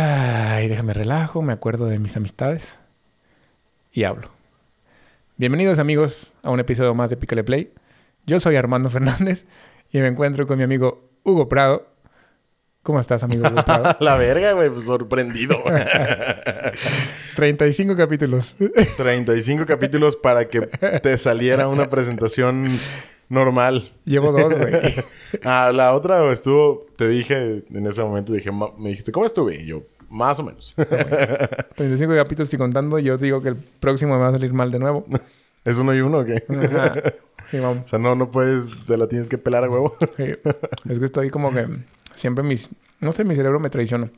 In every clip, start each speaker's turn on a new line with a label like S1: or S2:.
S1: ahí déjame relajo, me acuerdo de mis amistades y hablo. Bienvenidos amigos a un episodio más de Pícale Play. Yo soy Armando Fernández y me encuentro con mi amigo Hugo Prado. ¿Cómo estás, amigo Hugo Prado?
S2: La verga, güey, pues, sorprendido.
S1: 35 capítulos.
S2: 35 capítulos para que te saliera una presentación normal.
S1: Llevo dos, güey.
S2: Ah, la otra güey, estuvo, te dije en ese momento, dije, ma- me dijiste, ¿cómo estuve? Y yo, más o menos.
S1: 35 capítulos y contando, yo digo que el próximo me va a salir mal de nuevo.
S2: ¿Es uno y uno o qué?
S1: Ajá. Sí, vamos.
S2: O sea, no, no puedes, te la tienes que pelar a huevo.
S1: Sí. Es que estoy como que siempre mis... No sé, mi cerebro me traiciona.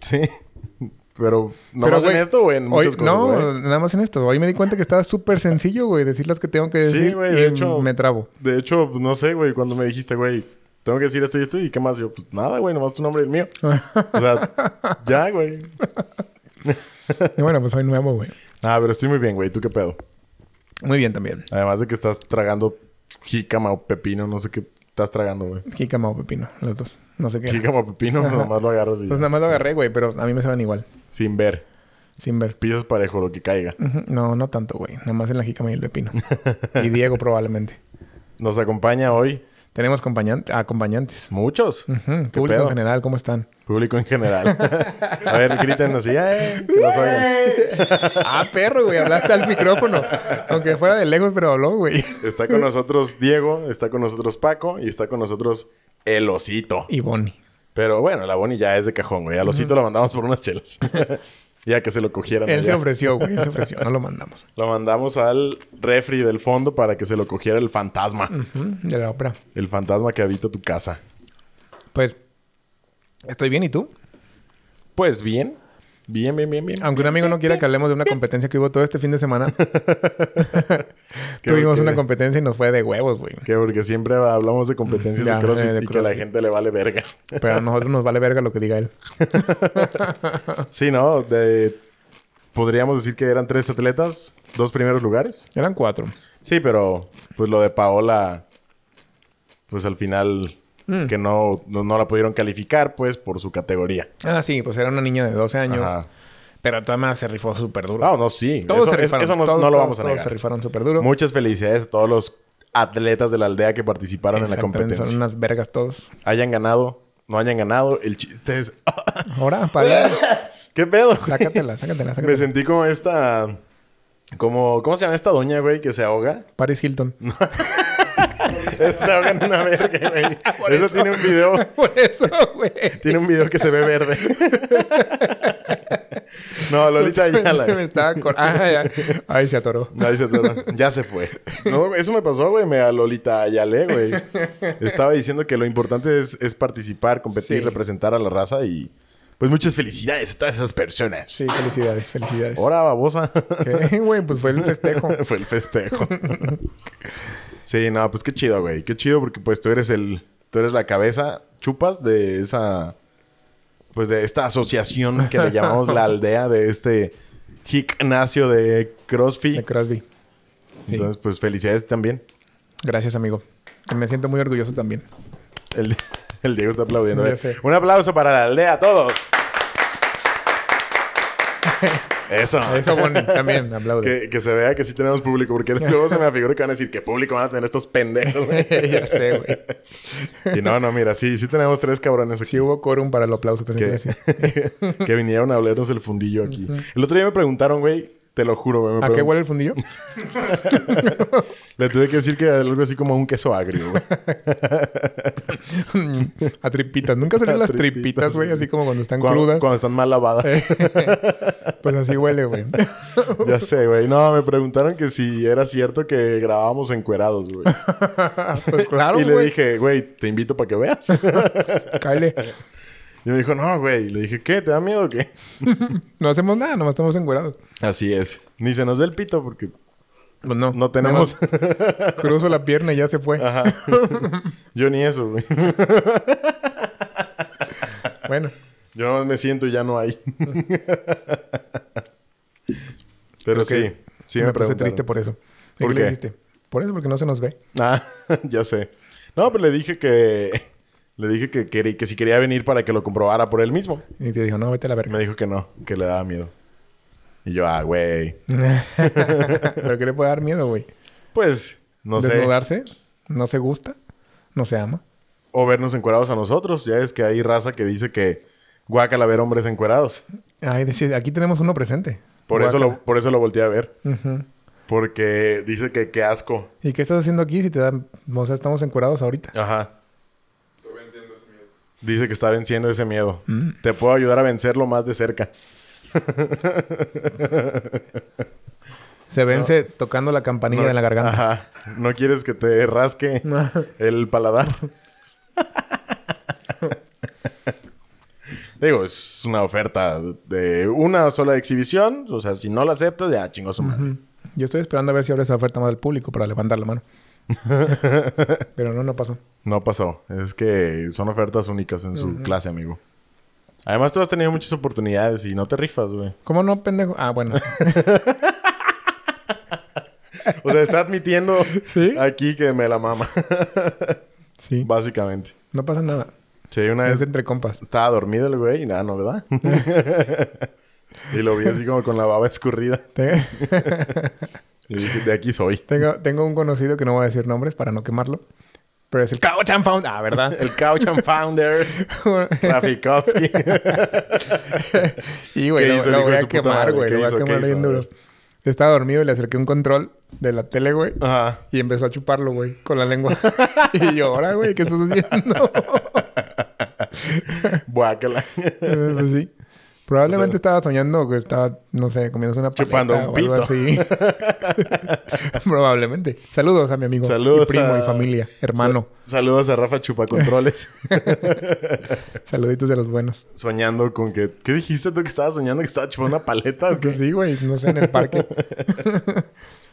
S2: Sí. Pero, ¿no
S1: Pero,
S2: más en
S1: güey,
S2: esto o en
S1: Hoy,
S2: muchas cosas?
S1: no,
S2: güey?
S1: nada más en esto. Hoy me di cuenta que estaba súper sencillo, güey, decir las que tengo que
S2: Sí,
S1: decir
S2: güey, de
S1: y
S2: hecho-
S1: me trabo.
S2: De hecho, pues, no sé, güey, cuando me dijiste, güey, tengo que decir esto y esto, ¿y qué más? Yo, pues nada, güey, nomás tu nombre y el mío. O sea, ya, güey.
S1: Y bueno, pues soy nuevo, güey.
S2: Ah, pero estoy muy bien, güey. ¿Tú qué pedo?
S1: Muy bien también.
S2: Además de que estás tragando jícama o pepino, no sé qué estás tragando, güey.
S1: Jícama o pepino, los dos. No sé qué. era.
S2: Jícama o pepino, nomás lo agarras y...
S1: Pues nada más lo
S2: sí,
S1: agarré, güey, pero a mí me saben igual.
S2: Sin ver.
S1: Sin ver.
S2: Pisas parejo lo que caiga.
S1: Ujú. No, no tanto, güey. Nada más en la jícama y el pepino. y Diego probablemente.
S2: Nos acompaña hoy
S1: Tenemos acompañan- acompañantes.
S2: muchos.
S1: Ujú.
S2: ¿Qué
S1: Público
S2: pedo?
S1: en general, ¿cómo están?
S2: Público en general. a ver, griten así. ¡Eh! Que los oigan.
S1: ah, perro, güey. Hablaste al micrófono. Aunque fuera de lejos, pero habló, güey.
S2: Está con nosotros Diego, está con nosotros Paco y está con nosotros el osito.
S1: Y Bonnie.
S2: Pero bueno, la Bonnie ya es de cajón, güey. Al osito lo mandamos por unas chelas. ya que se lo cogieran
S1: Él se
S2: allá.
S1: ofreció, güey. Él se ofreció. No lo mandamos.
S2: Lo mandamos al refri del fondo para que se lo cogiera el fantasma.
S1: Ujú, De la ópera.
S2: El fantasma que habita tu casa.
S1: Pues, estoy bien. ¿Y tú?
S2: Pues bien. Bien, bien, bien, bien.
S1: Aunque un amigo no quiera que hablemos de una competencia que hubo todo este fin de semana.
S2: Que-
S1: Tuvimos
S2: que-
S1: una competencia y nos fue de huevos, güey.
S2: Que porque siempre hablamos de competencias
S1: Ya,
S2: de CrossFit
S1: eh, de
S2: y que a la
S1: CrossFit.
S2: gente le vale verga.
S1: Pero a nosotros nos vale verga lo que diga él.
S2: Sí, ¿no? De- podríamos decir que eran tres atletas, dos primeros lugares.
S1: Eran cuatro.
S2: Sí, pero pues lo de Paola, pues al final
S1: Mm.
S2: que no, no, no la pudieron calificar, pues, por su categoría.
S1: Ah, sí, pues era una niña de 12 años.
S2: Ajá.
S1: Pero además se rifó súper duro.
S2: Ah, no, sí.
S1: todos
S2: eso,
S1: se
S2: es-
S1: rifaron.
S2: eso no,
S1: todos,
S2: no lo
S1: todos,
S2: vamos a
S1: todos
S2: negar.
S1: se rifaron súper duro.
S2: Muchas felicidades a todos los atletas de la aldea que participaron en la
S1: Exactamente,
S2: competencia.
S1: Son unas vergas todos.
S2: Hayan ganado, no hayan ganado, el chiste es... "Ah,
S1: Ahora, para.
S2: ¿Qué pedo? güey?
S1: sácatela, sácatela,
S2: Me
S1: sácatela.
S2: sentí como esta... Como, ¿Cómo se llama esta doña, güey, que se ahoga?
S1: Paris Hilton.
S2: Se ahoga en una verga, güey. Eso, tiene un video.
S1: Por eso, güey.
S2: Tiene un video que se ve verde. no, Lolita
S1: Me
S2: Ayala.
S1: estaba acor- Ah, ya. Ay, se atoró.
S2: No, ahí se atoró. Ya se fue. No, eso me pasó, güey. Me a Lolita Ayala, güey. Estaba diciendo que lo importante es, es participar, competir,
S1: Sí.
S2: representar a la raza y... Pues muchas felicidades a todas esas personas.
S1: Sí, felicidades, felicidades.
S2: Ahora, babosa.
S1: ¿Qué? Güey, pues fue el festejo.
S2: Fue el festejo. sí, no, pues qué chido, güey. Qué chido porque pues tú eres el... Tú eres la cabeza, chupas de esa... Pues de esta asociación que le llamamos la aldea de este gimnasio de
S1: De
S2: CrossFit.
S1: Crosby. sí.
S2: Entonces, pues felicidades también.
S1: Gracias, amigo. Que Me siento muy orgulloso también.
S2: El, el Diego está aplaudiendo. a ver.
S1: Ya sé.
S2: Un aplauso para la aldea a todos. Eso.
S1: Eso, Bonnie, también aplaude.
S2: Que, que se vea que sí tenemos público, porque luego se me figura que van a decir qué público van a tener estos pendejos. güey?"
S1: ya sé, güey.
S2: Y no, no, mira, sí, sí tenemos tres cabrones aquí
S1: Sí hubo quórum para el aplauso, pero sí
S2: que,
S1: que sí.
S2: que vinieron a olernos el fundillo aquí. El otro día me preguntaron, güey, te lo juro, güey. me
S1: ¿A qué
S2: pregun-
S1: huele el fundillo?
S2: Le tuve que decir que era algo así como un queso agrio, güey.
S1: A tripitas. Nunca salen
S2: A
S1: las
S2: tripitas,
S1: tripitas, güey,
S2: sí.
S1: así como cuando están
S2: Cuando,
S1: crudas. Eh.
S2: cuando están mal lavadas.
S1: Pues así huele, güey.
S2: ya sé, güey. No, me preguntaron que si era cierto que grabábamos encuerados, güey.
S1: Pues claro,
S2: y le
S1: güey.
S2: dije, güey, te invito para que veas.
S1: Cáele.
S2: y me dijo, no, güey. Le dije, ¿qué? ¿Te da miedo o qué?
S1: No hacemos nada, nomás estamos encuerados.
S2: Así es. Ni se nos ve el pito porque
S1: Pues no.
S2: no tenemos.
S1: Nomás Cruzo la pierna y ya se fue.
S2: Ajá. Yo ni eso, güey.
S1: Bueno.
S2: Yo nomás me siento y ya no hay.
S1: Creo
S2: Pero
S1: que
S2: sí, sí
S1: me,
S2: me,
S1: puse
S2: preguntaron.
S1: triste por eso. ¿Y
S2: ¿Por
S1: le
S2: qué?
S1: dijiste? Por eso, porque no se nos ve.
S2: Ah, ya sé. No, pero le dije que Le dije que, quería- que si quería venir para que lo comprobara por él mismo.
S1: Y te dijo, no, vete a la
S2: Y
S1: verga.
S2: me dijo que no, que le daba miedo. Y yo, ah, güey.
S1: ¿Pero qué le puede dar miedo, güey?
S2: Pues, no sé.
S1: ¿Desnudarse? ¿No se gusta? ¿No se ama?
S2: O vernos encuerados a nosotros. Ya es que hay raza que dice que guácala ver hombres encuerados.
S1: Ay, de shit, aquí tenemos uno presente.
S2: Por eso, lo, por eso lo volteé a ver.
S1: Guácala. Ujú.
S2: Porque dice que qué asco.
S1: ¿Y qué estás haciendo aquí si te dan... O sea, estamos encurados ahorita.
S2: Ajá. Dice que está venciendo ese miedo.
S1: Mm.
S2: Te puedo ayudar a vencerlo más de cerca.
S1: Se vence tocando la campanilla de la garganta.
S2: Ajá. No quieres que te rasque el paladar. Digo, es una oferta de una sola exhibición. O sea, si no la aceptas, ya chingó su madre.
S1: Yo estoy esperando a ver si abre esa oferta más al público para levantar la mano. Pero no, no pasó.
S2: No pasó. Es que son ofertas únicas en su clase, amigo. Además, tú has tenido muchas oportunidades y no te rifas, güey.
S1: ¿Cómo no, pendejo? Ah, bueno.
S2: O sea, está admitiendo
S1: ¿Sí?
S2: aquí que me la mama,
S1: Sí.
S2: básicamente.
S1: No pasa nada.
S2: Sí, una
S1: Es
S2: vez
S1: entre compas.
S2: estaba dormido el güey y nada, no, ¿verdad? y lo vi así como con la baba escurrida.
S1: Te-
S2: Y dije, de aquí soy.
S1: Tengo, tengo un conocido que no voy a decir nombres para no quemarlo. Pero es el Couch and Found. Ah, ¿verdad?
S2: El couch and founder, Rafikowski.
S1: y, güey,
S2: ¿Qué
S1: lo,
S2: hizo el
S1: lo
S2: hijo
S1: voy
S2: de
S1: a
S2: su puta
S1: quemar,
S2: madre?
S1: güey.
S2: ¿Qué
S1: Lo voy a
S2: hizo? ¿Qué
S1: quemar
S2: hizo?
S1: bien
S2: A
S1: duro.
S2: ver.
S1: Estaba dormido y le acerqué un control de la tele, güey.
S2: Ajá.
S1: Y empezó a chuparlo, güey, con la lengua. y yo, ahora, güey, ¿qué estás haciendo?
S2: Guácala.
S1: Eh, pues sí. Probablemente
S2: O sea,
S1: estaba soñando que estaba, no sé, comiéndose una paleta
S2: Chupando un
S1: o algo
S2: pito.
S1: así. Probablemente. Saludos a mi amigo.
S2: Saludos
S1: Y primo
S2: a-
S1: y familia. Hermano.
S2: Sa- saludos a Rafa Chupacontroles.
S1: Saluditos de los buenos.
S2: soñando con que... ¿Qué dijiste tú que estabas soñando? ¿Que estaba chupando una paleta? o qué?
S1: Pues sí, güey. No sé, en el parque.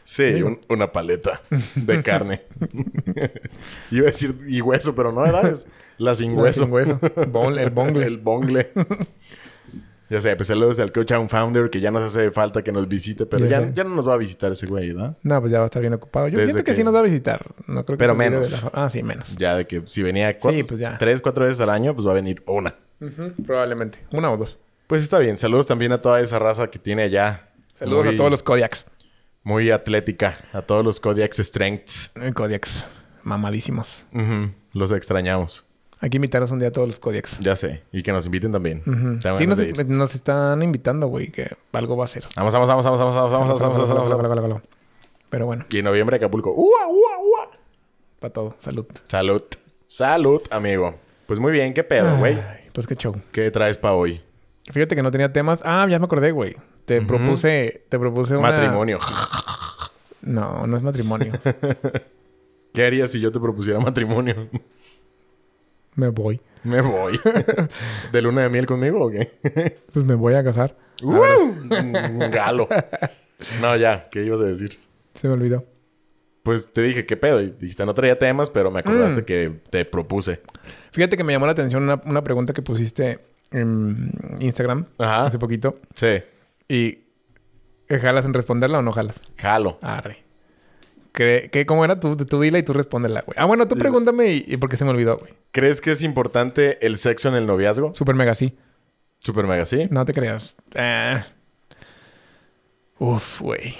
S2: Sí, un- una paleta de carne. Iba a decir y hueso, pero no, ¿verdad? Es la sin hueso.
S1: Sin hueso. Bong- el bongle.
S2: El bongle. ya sé, pues saludos al coach Town Founder, que ya nos hace falta que nos visite, pero
S1: Ya
S2: ya,
S1: sé.
S2: ya no nos va a visitar ese güey, ¿verdad?
S1: No, pues ya va a estar bien ocupado. Yo
S2: Desde
S1: siento que,
S2: que-
S1: sí nos va a visitar. No creo que
S2: Pero
S1: se olvide
S2: menos.
S1: de la- Ah, sí, menos.
S2: Ya de que si venía cuatro,
S1: Sí, pues ya.
S2: tres, cuatro veces al año, pues va a venir una.
S1: Ujú, Probablemente. Una o dos.
S2: Pues está bien. Saludos también a toda esa raza que tiene allá.
S1: Saludos
S2: Muy-
S1: a todos los Kodiaks.
S2: Muy atlética. A todos los Kodiaks Strengths.
S1: Eh, Kodiaks. Mamadísimos.
S2: Ujú, Los extrañamos.
S1: Hay que invitaros un día a todos los Kodiaks.
S2: Ya sé. Y que nos inviten también.
S1: Ujú.
S2: Sean
S1: Sí,
S2: buenos
S1: nos,
S2: de
S1: es-
S2: ir.
S1: nos están invitando, güey, que algo va a ser.
S2: Vamos, vamos, vamos, vamos, vamos, vamos, vamos, vamos, vamos, vamos, vamos.
S1: Pero bueno,
S2: Y en noviembre Acapulco. ¡Ua, ua, ua!
S1: para todo, salud.
S2: Salud. Salud, amigo. Pues muy bien, ¿qué pedo, güey?
S1: Ay, Pues qué show.
S2: ¿Qué traes para hoy?
S1: Fíjate que no tenía temas. Ah, ya me acordé, güey. Te propuse, te propuse una...
S2: Matrimonio.
S1: No, no es matrimonio.
S2: ¿Qué harías si yo te propusiera matrimonio?
S1: me voy.
S2: Me voy. ¿De luna de miel conmigo o qué?
S1: Pues me voy a casar.
S2: A ver, mm, Galo. No, ya, ¿qué ibas a decir?
S1: Se me olvidó.
S2: Pues te dije, ¿qué pedo? Y dijiste, no traía temas, pero me acordaste
S1: Mm.
S2: que te propuse.
S1: Fíjate que me llamó la atención una, una pregunta que pusiste en Instagram
S2: Ajá.
S1: hace poquito.
S2: Sí,
S1: Y ¿eh, ¿jalas en responderla o no jalas?
S2: jalo.
S1: Arre. ¿Qué, qué, ¿Cómo era? Tú, tú dila y tú respóndela, güey. Ah, bueno, tú pregúntame y, y porque se me olvidó, güey.
S2: ¿Crees que es importante el sexo en el noviazgo?
S1: Super mega sí.
S2: Super mega, sí.
S1: No te creas. Eh. Uf, güey.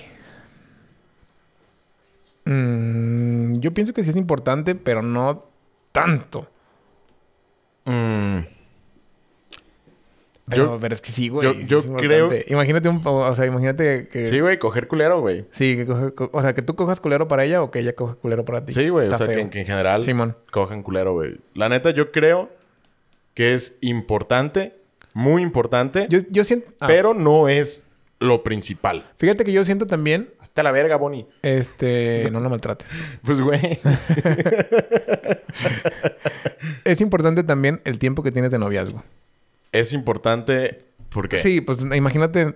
S1: Mm, yo pienso que sí es importante, pero no tanto.
S2: Mm,
S1: Pero,
S2: Yo-
S1: pero es que sí, güey.
S2: yo-
S1: sí es
S2: yo
S1: importante.
S2: creo-
S1: Imagínate un... O o sea, imagínate que...
S2: Sí,
S1: Sí,
S2: güey, coger culero, güey.
S1: que coge- co- o sea, que tú cojas culero para ella o que ella coja culero para ti.
S2: Sí, güey. O
S1: Está
S2: sea, que,
S1: feo.
S2: en- que en general
S1: Simón.
S2: cojan culero, güey. La neta, yo creo que es importante, muy importante,
S1: Yo, yo siento... ah,
S2: pero no es lo principal.
S1: Fíjate que yo siento también...
S2: Hasta la verga, Bonnie.
S1: Este... No la maltrates.
S2: Pues, güey.
S1: Es importante también el tiempo que tienes de noviazgo.
S2: es importante porque...
S1: Sí, pues imagínate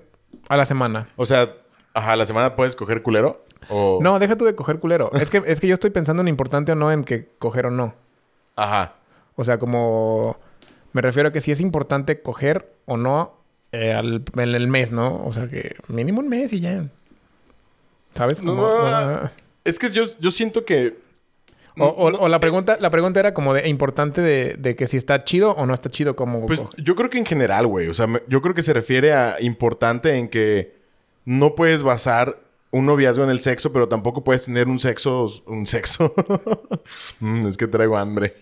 S1: a la semana.
S2: O sea, ajá, la semana puedes coger culero o...
S1: No, deja tú de coger culero. Es que, es que yo estoy pensando en importante o no en que coger o no.
S2: Ajá.
S1: O sea, como me refiero a que si es importante coger o no eh, al- en el mes, ¿no? O sea, que mínimo un mes y ya. ¿Sabes? Como,
S2: No.
S1: ah,
S2: Es que yo, yo siento que...
S1: O, o- o la, pregunta, la pregunta era como de e importante de, de que si está chido o no está chido como...
S2: Pues yo creo que en general, güey. O sea, me- yo creo que se refiere a importante en que no puedes basar un noviazgo en el sexo, pero tampoco puedes tener un sexo. Un sexo. Mm, es que traigo hambre.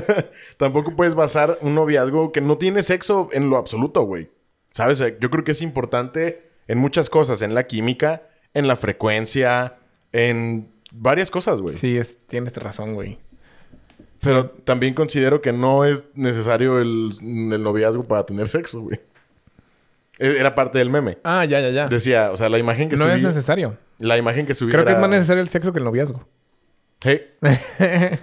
S2: tampoco puedes basar un noviazgo que no tiene sexo en lo absoluto, güey. ¿Sabes? O sea, yo creo que es importante en muchas cosas, en la química, en la frecuencia, en varias cosas, güey.
S1: sí, es, tienes razón, güey.
S2: Pero también considero que no es necesario el, el noviazgo para tener sexo, güey. E- Era parte del meme.
S1: Ah, ya, ya, ya.
S2: Decía, o sea, la imagen que
S1: No
S2: subí...
S1: es necesario.
S2: La imagen que subí
S1: Creo que
S2: era-
S1: es más necesario el sexo que el noviazgo.
S2: Sí.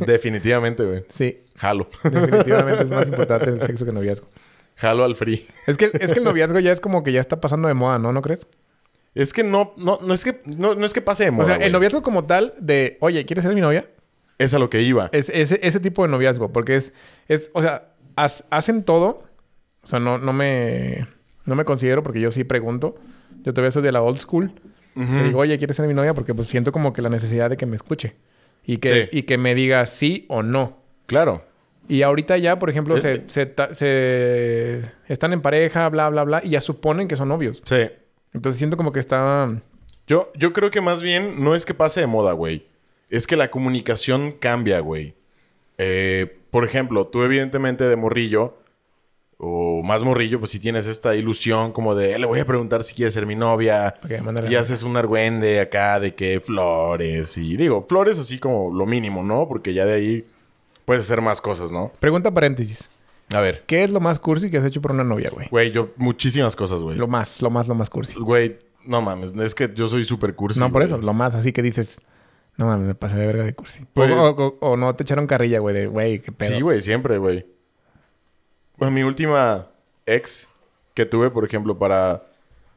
S2: definitivamente, güey.
S1: Sí,
S2: Jalo.
S1: definitivamente es más importante el sexo que el noviazgo.
S2: Jalo al free.
S1: Es que, es que el noviazgo ya es como que ya está pasando de moda, ¿no? ¿No crees?
S2: Es que no... No, no es que... No, no es que pase de moda,
S1: o sea,
S2: güey.
S1: el noviazgo como tal de, oye, ¿quieres ser mi novia?
S2: Es a lo que iba.
S1: Es ese, ese tipo de noviazgo, porque es, es o sea, haz- hacen todo. O sea, no, no me no me considero porque yo sí pregunto. Yo todavía soy de la old school.
S2: Ujú.
S1: Te digo, oye, ¿quieres ser mi novia? Porque pues siento como que la necesidad de que me escuche. Y que,
S2: Sí.
S1: y que me diga sí o no.
S2: Claro.
S1: Y ahorita ya, por ejemplo,
S2: Eh,
S1: se,
S2: eh.
S1: se ta- se están en pareja, bla, bla, bla, y ya suponen que son novios.
S2: Sí.
S1: Entonces siento como que está...
S2: Yo, yo creo que más bien no es que pase de moda, güey. Es que la comunicación cambia, güey. Eh, por ejemplo, tú evidentemente de morrillo, o más morrillo, pues si tienes esta ilusión como de, "Eh, le voy a preguntar si quiere ser mi novia.
S1: Ok, mándale.
S2: Y haces un argüende acá de que flores y digo, flores así como lo mínimo, ¿no? Porque ya de ahí puedes hacer más cosas, ¿no?
S1: Pregunta paréntesis.
S2: A ver,
S1: ¿Qué es lo más cursi que has hecho por una novia, güey?
S2: güey, yo muchísimas cosas, güey.
S1: Lo más, lo más, lo más cursi.
S2: Güey, no mames, es que yo soy súper cursi.
S1: no, por
S2: Pues güey.
S1: eso, lo más así que dices, no mames, me pasé de verga de cursi. O-
S2: Pues-
S1: o, o- o no te echaron carrilla, güey, de güey, qué pedo.
S2: Sí, güey, siempre, güey. Pues mi última ex que tuve, por ejemplo, para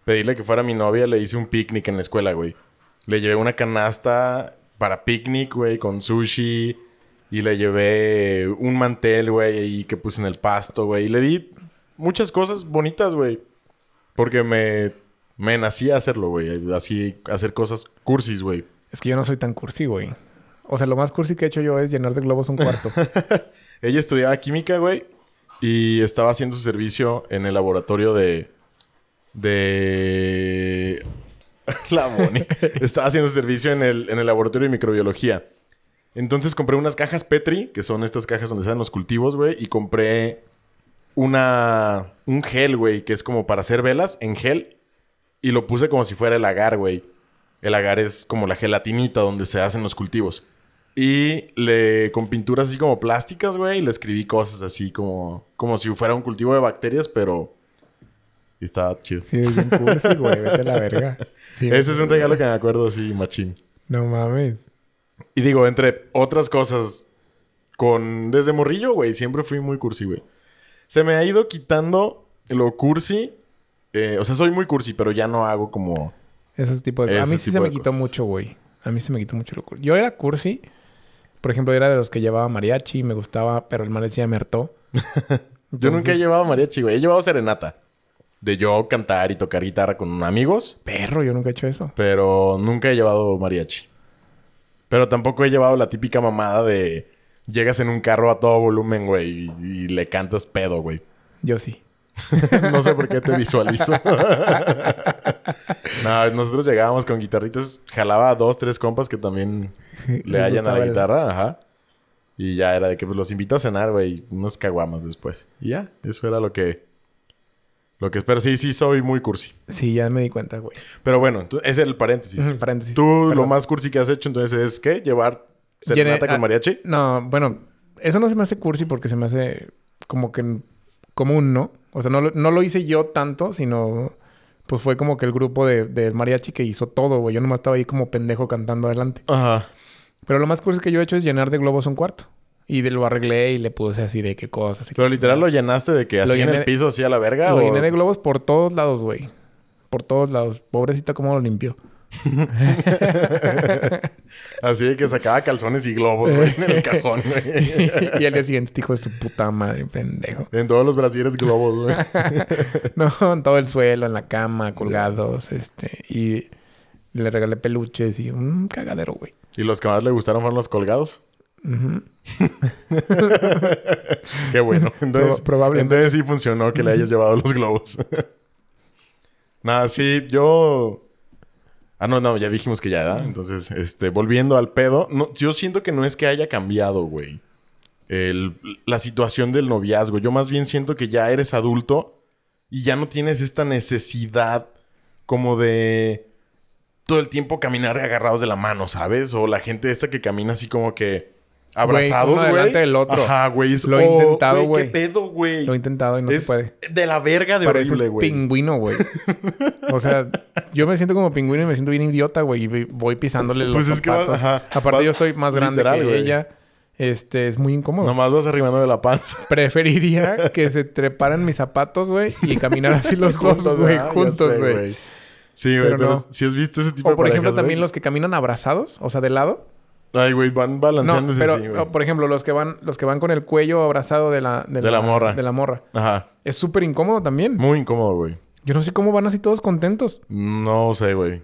S2: pedirle que fuera mi novia, le hice un picnic en la escuela, güey. Le llevé una canasta para picnic, güey, con sushi. Y le llevé un mantel, güey, ahí que puse en el pasto, güey. Y le di muchas cosas bonitas, güey. Porque me, me nacía hacerlo, güey. Así, hacer cosas cursis, güey.
S1: Es que yo no soy tan cursi, güey. O sea, lo más cursi que he hecho yo es llenar de globos un cuarto.
S2: Ella estudiaba química, güey. Y estaba haciendo su servicio en el laboratorio de. De. La Moni. estaba haciendo su servicio en el, en el laboratorio de microbiología. Entonces compré unas cajas Petri, que son estas cajas donde se dan los cultivos, güey. Y compré una. Un gel, güey, que es como para hacer velas en gel. Y lo puse como si fuera el agar, güey. El agar es como la gelatinita donde se hacen los cultivos. Y le con pinturas así como plásticas, güey, y le escribí cosas así como como si fuera un cultivo de bacterias, pero y estaba chido.
S1: Sí, es bien cursi, güey, vete a la verga. Sí,
S2: Ese
S1: güey.
S2: es un regalo que me acuerdo así machín.
S1: No mames.
S2: Y digo, entre otras cosas con desde morrillo, güey, siempre fui muy cursi, güey. Se me ha ido quitando lo cursi. eh, o sea, soy muy cursi, pero ya no hago como
S1: Esos tipos de... A
S2: Ese
S1: mí sí se
S2: tipo
S1: me
S2: de
S1: quitó
S2: cosas.
S1: mucho, güey. A mí se me quitó mucho lo cursi. Yo era cursi. Por ejemplo, era de los que llevaba mariachi, me gustaba, pero el mariachi ya me hartó.
S2: Yo nunca he
S1: Entonces-
S2: llevado mariachi, güey. He llevado serenata. De yo cantar y tocar guitarra con amigos,
S1: Perro, yo nunca he hecho eso.
S2: pero nunca he llevado mariachi. Pero tampoco he llevado la típica mamada de llegas en un carro a todo volumen, güey, y, y le cantas pedo, güey.
S1: Yo sí.
S2: no sé por qué te visualizo. no, nosotros llegábamos con guitarritas, jalaba a dos, tres compas que también le
S1: Les
S2: hallan a
S1: gustaba
S2: la
S1: el-
S2: guitarra, ajá. Y ya era de que pues, los invito a cenar, güey, unos caguamas después. Y ya, eso era lo que. Lo que espero. Sí, sí, soy muy cursi.
S1: Sí, ya me di cuenta, güey.
S2: Pero bueno, entonces, ese es el paréntesis.
S1: Ujú, paréntesis.
S2: Tú lo
S1: Perdón.
S2: más cursi que has hecho entonces es ¿qué? llevar serenata
S1: Llené-
S2: con
S1: ah,
S2: mariachi.
S1: No, bueno, eso no se me hace cursi porque se me hace como que común, ¿no? O sea, no, lo- no lo hice yo tanto, sino pues fue como que el grupo de, del mariachi que hizo todo, güey. Yo nomás estaba ahí como pendejo cantando adelante.
S2: Ajá.
S1: Pero lo más cursi que yo he hecho es llenar de globos un cuarto. Y de- lo arreglé y le puse así de qué cosas. y
S2: Pero
S1: qué
S2: literal lo llenaste de que
S1: Lo
S2: así en
S1: llené
S2: el
S1: de-
S2: piso, así a la verga.
S1: Lo
S2: o-
S1: llené de globos por todos lados, güey. Por todos lados. Pobrecita, cómo lo limpió.
S2: Así de que sacaba calzones y globos, güey, en el cajón, güey.
S1: y al día siguiente, este hijo de su puta madre, pendejo.
S2: En todos los brasieres globos, güey.
S1: No,
S2: pues,
S1: en todo el suelo, en la cama, colgados, este, y le regalé peluches y un cagadero, güey.
S2: ¿Y los que más le gustaron fueron los colgados?
S1: Ujú.
S2: Qué bueno. Entonces,
S1: Proba- probablemente.
S2: entonces sí funcionó que le hayas llevado los globos. Nada, sí, yo. Ah, no, no, ya dijimos que ya, ¿verdad? Entonces, este, volviendo al pedo, no, yo siento que no es que haya cambiado, güey. el- la situación del noviazgo. Yo más bien siento que ya eres adulto y ya no tienes esta necesidad como de todo el tiempo caminar agarrados de la mano, ¿sabes? O la gente esta que camina así como que abrazados,
S1: uno
S2: güey.
S1: delante del otro.
S2: Ajá, güey. es,
S1: Lo he
S2: "Oh,
S1: intentado,
S2: ¿Qué
S1: güey".
S2: pedo, güey?
S1: Lo he intentado y no
S2: es
S1: se puede.
S2: de la verga de
S1: Pareces
S2: horrible, güey.
S1: pingüino, güey. O sea, yo me siento como pingüino y me siento bien idiota, güey. Y voy- voy pisándole los
S2: Pues es que vas-
S1: zapatos.
S2: ajá.
S1: Aparte
S2: Vas-
S1: yo estoy más grande
S2: literal,
S1: que
S2: güey.
S1: ella. Este, es muy incómodo.
S2: Nomás vas arrimando de la panza.
S1: Preferiría que se treparan mis zapatos, güey, y caminar así los
S2: Juntos,
S1: dos, güey,
S2: ah, ya
S1: juntos,
S2: sé,
S1: güey.
S2: Sí, güey, pero,
S1: Pero no.
S2: si has visto ese tipo
S1: O
S2: de
S1: por ejemplo,
S2: parejas,
S1: también
S2: güey.
S1: los que caminan abrazados, o sea, de lado.
S2: Ay, güey, van
S1: No,
S2: balanceándose
S1: pero
S2: así, güey.
S1: o, por ejemplo, los que van los que van con el cuello abrazado de la
S2: De la morra.
S1: de la morra.
S2: Ajá.
S1: Es súper incómodo también.
S2: Muy incómodo, güey.
S1: Yo no sé cómo van así todos contentos.
S2: No sé, güey.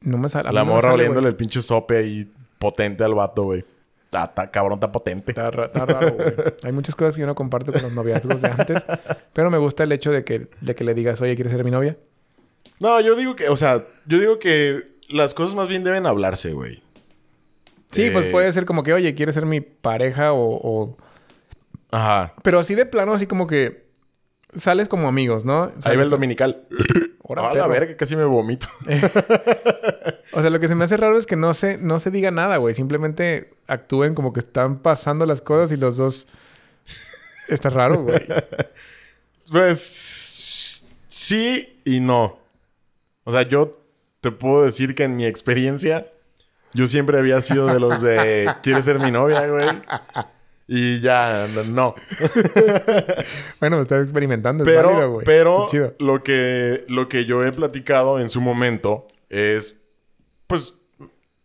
S1: No me sale. a mí
S2: La
S1: no me
S2: morra
S1: sale, güey.
S2: oliéndole el pinche sope ahí potente al vato, güey. Está, está- cabrón, está potente.
S1: Está, ra- está raro, güey. Hay muchas cosas que yo no comparto con los noviazgos de antes. Pero me gusta el hecho de que, de que le digas, oye, ¿quieres ser mi novia?
S2: No, yo digo que, o sea, yo digo que las cosas más bien deben hablarse, güey.
S1: Sí, pues
S2: Eh.
S1: puede ser como que, oye, ¿quieres ser mi pareja? O, o-
S2: Ajá.
S1: Pero así de plano, así como que sales como amigos, ¿no?
S2: Ahí
S1: Sales-
S2: va el dominical.
S1: Ora,
S2: a la
S1: perro.
S2: verga, casi me vomito.
S1: O sea, lo que se me hace raro es que no se, no se diga nada, güey. Simplemente actúen como que están pasando las cosas y los dos... Está raro, güey.
S2: Pues sí y no. O sea, yo te puedo decir que en mi experiencia, yo siempre había sido de los de ¿Quieres ser mi novia, güey? Y ya, no.
S1: Bueno, estás experimentando. es
S2: Pero,
S1: válido, güey.
S2: pero
S1: Qué chido.
S2: lo, que, lo que yo he platicado en su momento es, pues,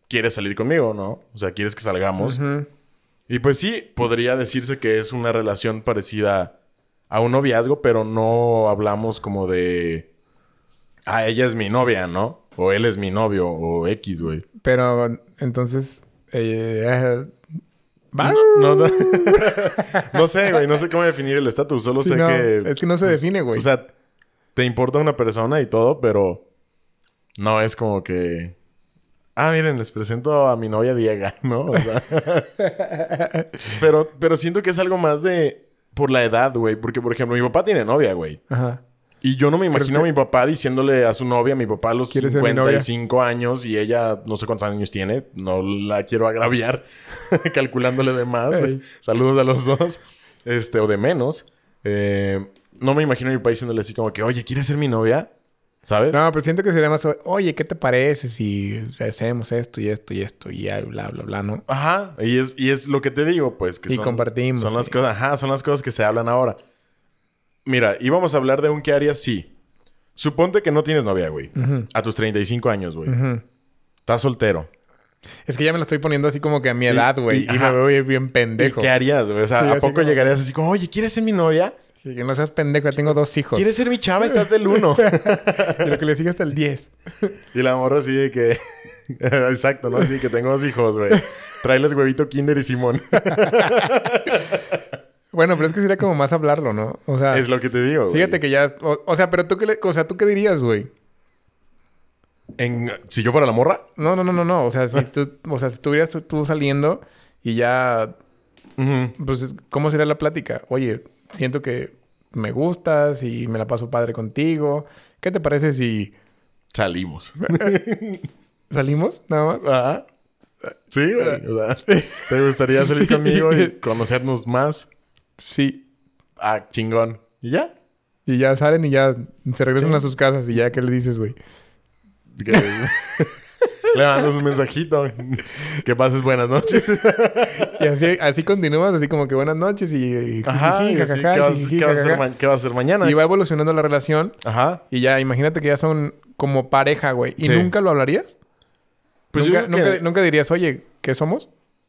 S2: ¿quieres salir conmigo, no? O sea, ¿quieres que salgamos?
S1: Ujú.
S2: Y pues sí, podría decirse que es una relación parecida a un noviazgo, pero no hablamos como de. Ah, ella es mi novia, ¿no? O él es mi novio, o X, güey.
S1: Pero entonces... eh, eh,
S2: No, no- no sé, güey. No sé cómo definir el estatus. Solo
S1: Sí,
S2: sé
S1: no,
S2: que.
S1: es que no se
S2: pues,
S1: define, güey.
S2: O sea, te importa una persona y todo, pero. No es como que. Ah, miren, les presento a mi novia Diego, ¿no? O sea, pero, pero siento que es algo más de. Por la edad, güey. Porque, por ejemplo, mi papá tiene novia, güey.
S1: Ajá.
S2: Y yo no me imagino a
S1: que-
S2: mi papá diciéndole a su novia, a mi papá a los
S1: ¿Quieres ser mi novia?
S2: 55 años y ella no sé cuántos años tiene, no la quiero agraviar calculándole de más.
S1: Ey.
S2: Saludos a los dos, este, o de menos. Eh, no me imagino a mi papá diciéndole así como que, oye, ¿quieres ser mi novia? ¿Sabes?
S1: No, pero siento que sería más, oye, ¿qué te parece si hacemos esto y esto y esto y ya, bla, bla, bla, no?
S2: Ajá, y es, y es lo que te digo, pues que
S1: Y
S2: son,
S1: compartimos,
S2: Son las
S1: sí.
S2: cosas, ajá, son las cosas que se hablan ahora. Mira, íbamos a hablar de un qué harías si. Suponte que no tienes novia, güey.
S1: Ujú.
S2: A tus 35 años, güey.
S1: Ujú.
S2: Estás soltero.
S1: Es que ya me lo estoy poniendo así como que a mi edad, güey,
S2: y-
S1: y,
S2: ajá.
S1: me veo bien
S2: ¿Y
S1: pendejo.
S2: ¿Qué harías, güey? O sea,
S1: Sí,
S2: ¿a
S1: así
S2: poco
S1: como-
S2: llegarías así como, oye, ¿quieres ser mi novia?
S1: Que no seas pendejo, ya tengo dos hijos.
S2: ¿Quieres ser mi chava? Estás del uno.
S1: Y lo que le sigue hasta el 10.
S2: y la morra así de que... Exacto, ¿no? Así de que tengo dos hijos, güey. Tráeles huevito Kinder y Simón.
S1: Bueno, pero es que sería como más hablarlo, ¿no? O sea,
S2: es lo que te digo, güey.
S1: Ah. fíjate que ya, o, o sea, pero tú qué, le- o sea, ¿tú qué dirías, güey?
S2: En- Si yo fuera la morra...
S1: No, no, no, no, no. O sea, si tú, o sea, si estuvieras tú- tú saliendo y ya
S2: ujú.
S1: Pues, ¿cómo será la plática? Oye, siento que me gustas y me la paso padre contigo. ¿Qué te parece si
S2: Salimos.
S1: salimos nada más?
S2: Ajá. Sí,
S1: Ah.
S2: güey. O sea, ¿te gustaría salir conmigo y conocernos más?
S1: Sí.
S2: Ah, chingón. ¿Y ya?
S1: Y ya salen y ya se regresan
S2: Sí.
S1: a sus casas y ya, ¿qué le dices, güey?
S2: Que- Le mandas un mensajito. Que pases buenas noches.
S1: Y así, así continúas, así como que buenas noches y... y
S2: Ajá.
S1: jijiji,
S2: y así,
S1: jajaja,
S2: ¿qué, vas,
S1: jijiji,
S2: qué vas a hacer
S1: jajaja.
S2: ma- qué vas a hacer mañana?
S1: Y va evolucionando la relación
S2: Ajá.
S1: y ya, imagínate que ya son como pareja, güey. ¿Y
S2: Sí.
S1: nunca lo hablarías?
S2: Pues yo
S1: ¿Nunca,
S2: creo que-
S1: nunca- nunca dirías, oye, ¿qué somos?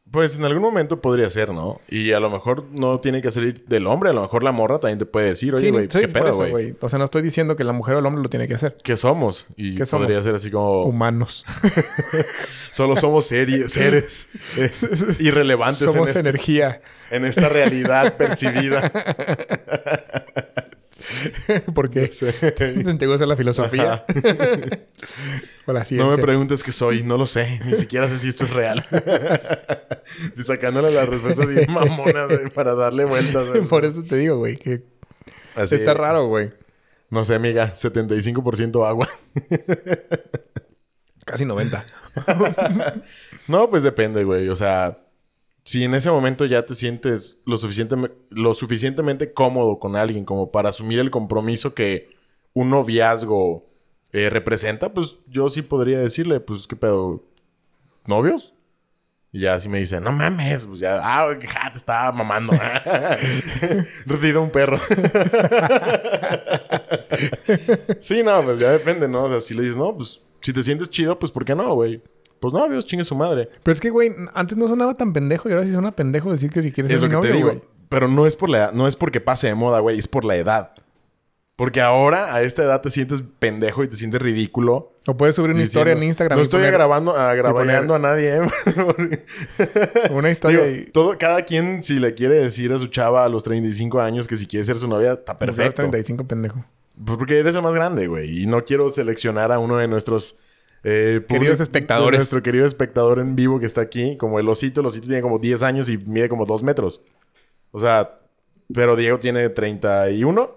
S2: Pues en algún momento podría ser, ¿no? Y a lo mejor no tiene que salir del hombre, a lo mejor la morra también te puede decir, oye,
S1: Sí,
S2: güey,
S1: soy
S2: ¿qué
S1: por
S2: pedo,
S1: eso,
S2: güey?
S1: güey. O sea, no estoy diciendo que la mujer o el hombre lo tiene que hacer.
S2: ¿Qué somos? Y
S1: ¿Qué somos?
S2: podría ser así como,
S1: Humanos.
S2: solo somos series, seres eh, irrelevantes en,
S1: Somos
S2: este-
S1: energía.
S2: en esta realidad percibida.
S1: Porque te gusta la filosofía
S2: Ajá.
S1: o la ciencia.
S2: No me preguntes qué soy, no lo sé, ni siquiera sé si esto es real. y sacándole las respuestas bien mamonas güey, para darle vueltas. güey.
S1: Por eso te digo, güey, que
S2: Así-
S1: está raro, güey.
S2: No sé, amiga, 75% agua.
S1: Casi 90.
S2: No, pues depende, güey. O sea, si en ese momento ya te sientes lo, suficientemente, lo suficientemente cómodo con alguien como para asumir el compromiso que un noviazgo eh, representa, pues yo sí podría decirle, pues, ¿qué pedo? ¿Novios? Y ya así me dice, no mames, pues ya, ah, ja, te estaba mamando. Retira un perro. sí, no, pues ya depende, ¿no? O sea, si le dices, no, pues si te sientes chido, pues ¿por qué no, güey? Pues novios, chingue su madre.
S1: Pero es que, güey, antes no sonaba tan pendejo y ahora sí suena pendejo decir que si quieres
S2: Es
S1: ser
S2: lo
S1: mi
S2: que te
S1: novio,
S2: digo.
S1: güey.
S2: Pero no es por la edad- no es porque pase de moda, güey, es por la edad. Porque ahora, a esta edad, te sientes pendejo y te sientes ridículo.
S1: O puedes subir una
S2: diciendo,
S1: historia en Instagram.
S2: No
S1: y
S2: estoy
S1: poner
S2: grabando, agravaneando a nadie, ¿eh?
S1: Una historia
S2: Digo,
S1: y...
S2: todo, cada quien, si le quiere decir a su chava a los 35 años que si quiere ser su novia, está perfecto.
S1: 35 pendejo.
S2: Pues porque eres el más grande, güey. Y no quiero seleccionar a uno de nuestros... eh,
S1: Queridos
S2: públic-
S1: espectadores.
S2: de Nuestro querido espectador en vivo que está aquí. Como el osito. El osito tiene como 10 años y mide como 2 metros. O sea... Pero Diego tiene 31.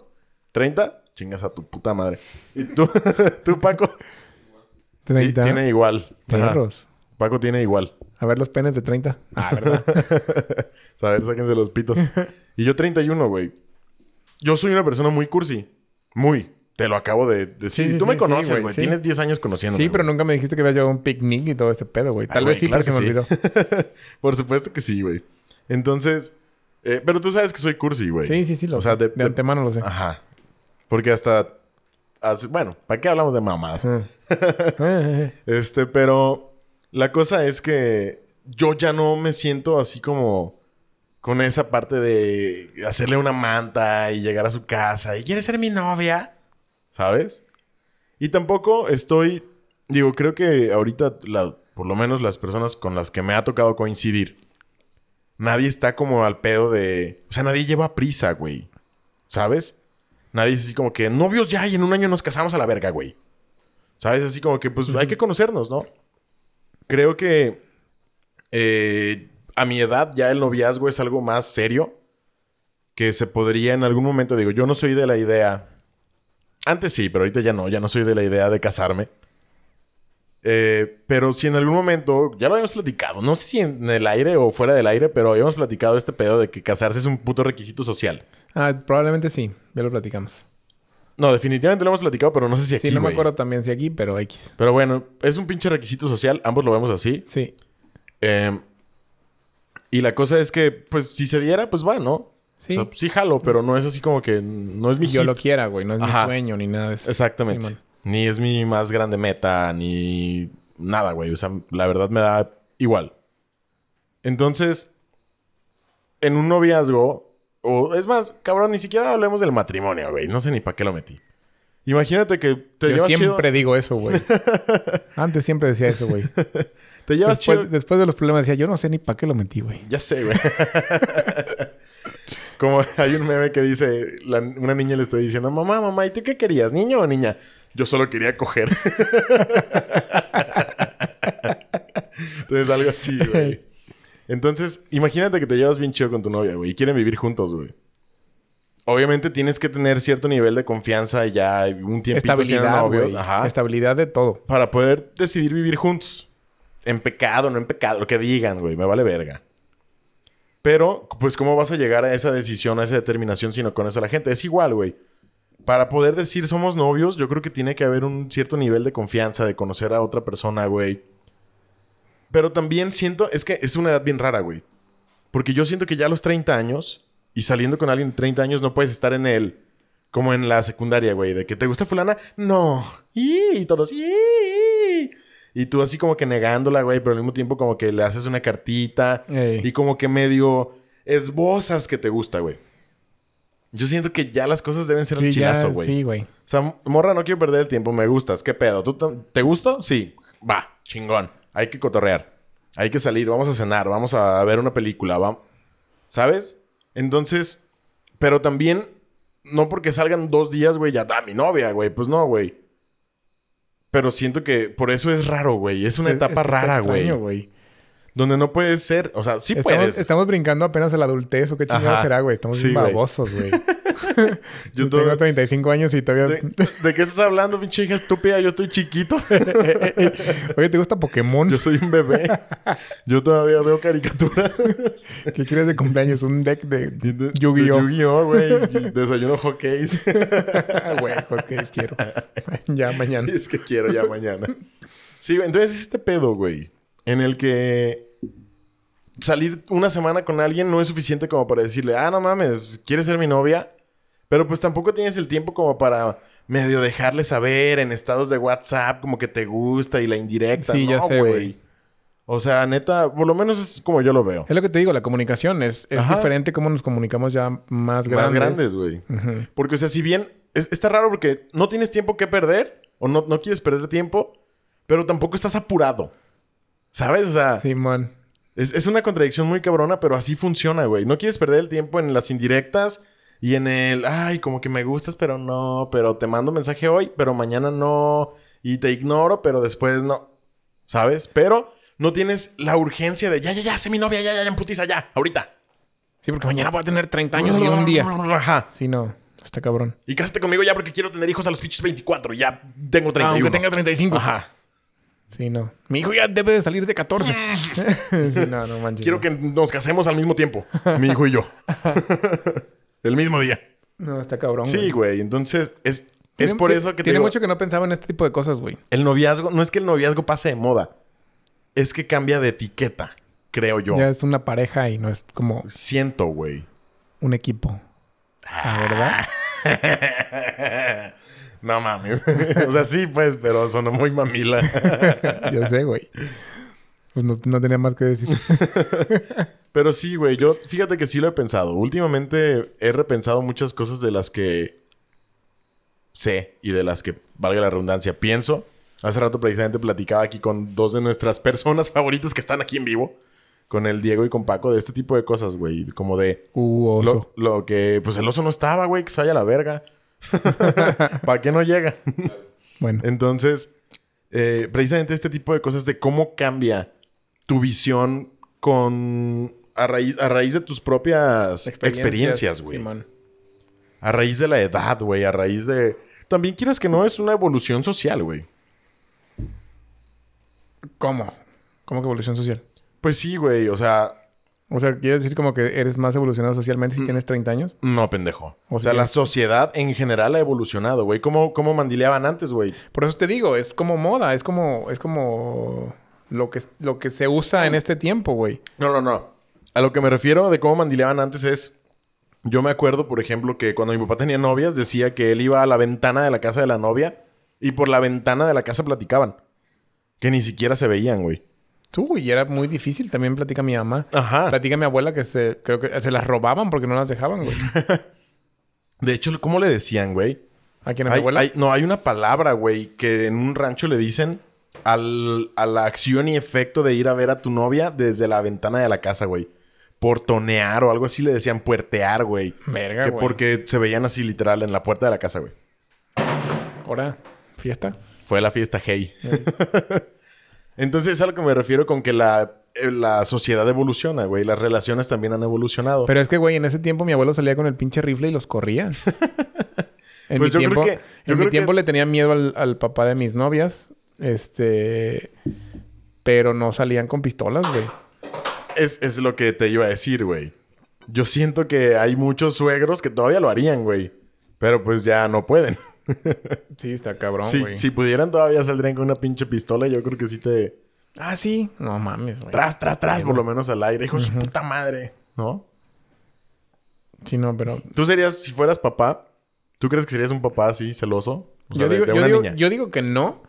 S2: 30. Chingas a tu puta madre. Y tú, tú Paco, y
S1: 30.
S2: tiene igual. Ajá.
S1: perros.
S2: Paco tiene igual.
S1: A ver los penes de 30. Ah, ¿verdad?
S2: O sea, A ver, sáquense los pitos. Y yo 31, güey. Yo soy una persona muy cursi. Muy. Te lo acabo de decir.
S1: Sí, sí,
S2: tú me
S1: sí, sí,
S2: conoces,
S1: güey,
S2: güey.
S1: sí.
S2: Tienes 10 años conociéndome.
S1: sí, pero
S2: güey.
S1: nunca me dijiste que había llevado un picnic y todo ese pedo, güey. Tal
S2: Ay,
S1: vez
S2: güey,
S1: sí,
S2: claro
S1: pero se
S2: que
S1: me olvidó.
S2: Por supuesto que sí, güey. Entonces... eh, pero tú sabes que soy cursi, güey.
S1: Sí, sí, sí. Lo,
S2: O sea, de... de-
S1: antemano lo sé.
S2: Ajá. Porque hasta... hace- bueno, ¿para qué hablamos de mamadas?
S1: Ah. Ah, ah,
S2: Este, pero la cosa es que yo ya no me siento así como con esa parte de hacerle una manta y llegar a su casa y quiere ser mi novia, ¿sabes? Y tampoco estoy, digo, creo que ahorita, la- por lo menos las personas con las que me ha tocado coincidir, nadie está como al pedo de, o sea, nadie lleva prisa, güey, ¿sabes? Nadie es así como que novios ya y en un año nos casamos a la verga, güey. ¿Sabes? Así como que, pues, hay que conocernos, ¿no? Creo que eh, a mi edad ya el noviazgo es algo más serio que se podría en algún momento, digo, yo no soy de la idea, antes sí, pero ahorita ya no, ya no soy de la idea de casarme. Eh, pero si en algún momento, ya lo habíamos platicado, no sé si en el aire o fuera del aire, pero habíamos platicado este pedo de que casarse es un puto requisito social.
S1: ah. Ah, probablemente sí. Ya lo platicamos.
S2: No, definitivamente lo hemos platicado, pero no sé si aquí,
S1: sí, no me
S2: güey.
S1: acuerdo también si aquí, pero X.
S2: Pero bueno, es un pinche requisito social, ambos lo vemos así.
S1: Sí.
S2: Eh, y la cosa es que, pues, si se diera, pues va, ¿no?
S1: Sí.
S2: O sea, sí jalo, pero no es así como que... No es mi
S1: yo
S2: hit.
S1: lo quiera, güey. No es
S2: Ajá.
S1: mi sueño ni nada de eso.
S2: Exactamente.
S1: Sí, man.
S2: ni es mi más grande meta, ni nada, güey. O sea, la verdad me da igual. Entonces, en un noviazgo, o es más, cabrón, ni siquiera hablemos del matrimonio, güey. No sé ni para qué lo metí. Imagínate que te
S1: Yo
S2: llevas
S1: siempre
S2: chido.
S1: digo eso, güey. Antes siempre decía eso, güey.
S2: Te llevas chido.
S1: Después, después de los problemas decía, yo no sé ni para qué lo metí, güey.
S2: Ya sé, güey. Como hay un meme que dice, la- una niña le está diciendo, mamá, mamá, ¿y tú qué querías, niño o niña? Yo solo quería coger. Entonces, algo así, güey. Entonces, imagínate que te llevas bien chido con tu novia, güey, y quieren vivir juntos, güey. Obviamente tienes que tener cierto nivel de confianza y ya un tiempito siendo
S1: Estabilidad,
S2: novios.
S1: güey.
S2: Ajá
S1: Estabilidad de todo.
S2: para poder decidir vivir juntos. En pecado, no en pecado, lo que digan, güey, me vale verga. Pero, pues, ¿cómo vas a llegar a esa decisión, a esa determinación si no conoces a la gente? Es igual, güey. Para poder decir somos novios, yo creo que tiene que haber un cierto nivel de confianza, de conocer a otra persona, güey. Pero también siento, es que es una edad bien rara, güey. Porque yo siento que ya a los 30 años, y saliendo con alguien de 30 años, no puedes estar en él. Como en la secundaria, güey, de que te gusta fulana, no. Y, y todos, "Y". Y tú así como que negándola, güey, pero al mismo tiempo como que le haces una cartita
S1: Ey.
S2: y como que medio esbozas que te gusta, güey. Yo siento que ya las cosas deben ser
S1: Sí,
S2: un
S1: ya,
S2: chilazo, güey.
S1: Sí, güey.
S2: O sea, morra, no quiero perder el tiempo, me gustas, ¿qué pedo? ¿Tú tam- te gusto? Sí, va, chingón. Hay que cotorrear, hay que salir, vamos a cenar, vamos a ver una película, vamos. ¿Sabes? Entonces, pero también, no porque salgan dos días, güey, ya da mi novia, güey, pues no, güey. Pero siento que por eso es raro, güey. Es una
S1: Es-
S2: etapa
S1: es que está
S2: rara,
S1: extraño,
S2: güey. Donde no puedes ser, o sea, sí
S1: Estamos,
S2: puedes.
S1: estamos brincando apenas a la adultez o qué chingada
S2: Ajá.
S1: será, güey. Estamos
S2: Sí,
S1: bien
S2: güey.
S1: babosos, güey.
S2: Yo
S1: Yo
S2: todo-
S1: tengo 35 años y todavía... Eh,
S2: ¿De, de qué estás hablando, pinche hija estúpida? Yo estoy chiquito.
S1: eh, Oye, ¿te gusta Pokémon?
S2: Yo soy un bebé. Yo todavía veo caricaturas.
S1: ¿Qué quieres de cumpleaños? Un deck de...
S2: De-
S1: Yu-Gi-Oh.
S2: de Yu-Gi-Oh, güey. Y Desayuno hockeys.
S1: Ah, güey, pues, ¿qué quiero? ya, mañana.
S2: es que quiero ya mañana. Sí, güey. Entonces, este pedo, güey, en el que salir una semana con alguien no es suficiente como para decirle, ah, no mames, ¿quieres ser mi novia? Pero pues tampoco tienes el tiempo como para medio dejarle saber en estados de WhatsApp como que te gusta y la indirecta.
S1: Sí,
S2: no,
S1: ya sé, güey.
S2: O sea, neta, por lo menos es como yo lo veo.
S1: Es lo que te digo, la comunicación. Es, es
S2: Ajá.
S1: diferente cómo nos comunicamos ya más grandes.
S2: Más grandes, güey.
S1: Ujú.
S2: Porque, o sea, si bien es- está raro porque no tienes tiempo que perder o no, no quieres perder tiempo, pero tampoco estás apurado. ¿Sabes? O sea,
S1: Simón.
S2: es, es una contradicción muy cabrona, pero así funciona, güey. No quieres perder el tiempo en las indirectas y en el, ay, como que me gustas, pero no, pero te mando mensaje hoy, pero mañana no, y te ignoro, pero después no. ¿Sabes? Pero no tienes la urgencia de, ya, ya, ya, sé mi novia, ya, ya, ya, en putiza, ya, ahorita.
S1: Sí, porque mañana voy a tener 30 años y un día.
S2: Ajá.
S1: Sí, no. Está cabrón.
S2: Y cásate conmigo ya porque quiero tener hijos a los pinches 24. Ya tengo 31.
S1: Ah, Aunque tenga 35.
S2: Ajá.
S1: Sí, no. Mi hijo ya debe de salir de 14. sí, no, no manches.
S2: Quiero
S1: no.
S2: que nos casemos al mismo tiempo. mi hijo y yo. El mismo día.
S1: No, está cabrón.
S2: Sí,
S1: güey.
S2: güey. Entonces, es, es
S1: Tiene-
S2: por
S1: ti-
S2: eso que te
S1: Tiene
S2: digo,
S1: mucho que no pensaba en este tipo de cosas, güey.
S2: El noviazgo... No es que el noviazgo pase de moda. Es que cambia de etiqueta. Creo yo.
S1: Ya es una pareja y no es como
S2: Siento, güey.
S1: un equipo. Ah, ¿verdad?
S2: No mames. o sea, sí, pues, pero sonó muy mamila. Ah.
S1: Yo sé, güey. Pues no, no tenía más que decir.
S2: Pero sí, güey, yo fíjate que sí lo he pensado. Últimamente he repensado muchas cosas de las que sé y de las que, valga la redundancia, pienso. Hace rato precisamente platicaba aquí con dos de nuestras personas favoritas que están aquí en vivo, con el Diego y con Paco, de este tipo de cosas, güey. Como de
S1: Uh, oso.
S2: lo, lo que, pues el oso no estaba, güey, que se vaya a la verga. ¿Para qué no llega?
S1: Bueno.
S2: Entonces, eh, precisamente este tipo de cosas de cómo cambia tu visión con a raíz, a raíz de tus propias experiencias, güey.
S1: Simón.
S2: a raíz de la edad, güey. A raíz de. También quieras que no es una evolución social, güey.
S1: ¿Cómo? ¿Cómo que evolución social?
S2: Pues sí, güey. O sea,
S1: O sea, quiere decir como que eres más evolucionado socialmente si tienes 30 años.
S2: no, pendejo.
S1: O
S2: O sea,
S1: sea,
S2: la sociedad en general ha evolucionado, güey. ¿Cómo, ¿Cómo mandileaban antes, güey?
S1: Por eso te digo, es como moda, es como, es como lo que, lo que se usa en este tiempo, güey.
S2: No, no, no. A lo que me refiero de cómo mandileaban antes es. Yo me acuerdo, por ejemplo, que cuando mi papá tenía novias, decía que él iba a la ventana de la casa de la novia y por la ventana de la casa platicaban. Que ni siquiera se veían, güey.
S1: Tú, y era muy difícil, también platica mi mamá.
S2: Ajá.
S1: Platica mi abuela que se, creo que se las robaban porque no las dejaban, güey.
S2: De hecho, ¿cómo le decían, güey?
S1: ¿A quién a mi
S2: Hay-
S1: abuela?
S2: hay- no, hay una palabra, güey, que en un rancho le dicen al- a la acción y efecto de ir a ver a tu novia desde la ventana de la casa, güey. Portonear o algo así le decían puertear, güey.
S1: Verga,
S2: Que
S1: güey.
S2: porque se veían así literal en la puerta de la casa, güey.
S1: Ahora, fiesta.
S2: Fue la fiesta hey. Entonces es a lo que me refiero con que la, eh, la sociedad evoluciona, güey. Las relaciones también han evolucionado.
S1: Pero es que, güey, en ese tiempo mi abuelo salía con el pinche rifle y los corría. En
S2: Pues yo
S1: mi tiempo,
S2: creo que- yo
S1: en mi
S2: creo que-
S1: tiempo le tenía miedo al, al papá de mis novias. Este. Pero no salían con pistolas, güey.
S2: es, es lo que te iba a decir, güey. Yo siento que hay muchos suegros que todavía lo harían, güey. Pero pues ya no pueden.
S1: Sí, está cabrón,
S2: si,
S1: güey.
S2: si pudieran todavía saldrían con una pinche pistola. Yo creo que sí te...
S1: Ah, sí. No mames, güey.
S2: Tras, tras, tras, por lo menos al aire. Hijo de su puta madre. ¿No?
S1: Sí, no, pero.
S2: Tú serías, si fueras papá, ¿tú crees que serías un papá así celoso? O sea,
S1: yo,
S2: de,
S1: digo,
S2: de
S1: yo
S2: una
S1: digo-
S2: niña.
S1: yo digo que no.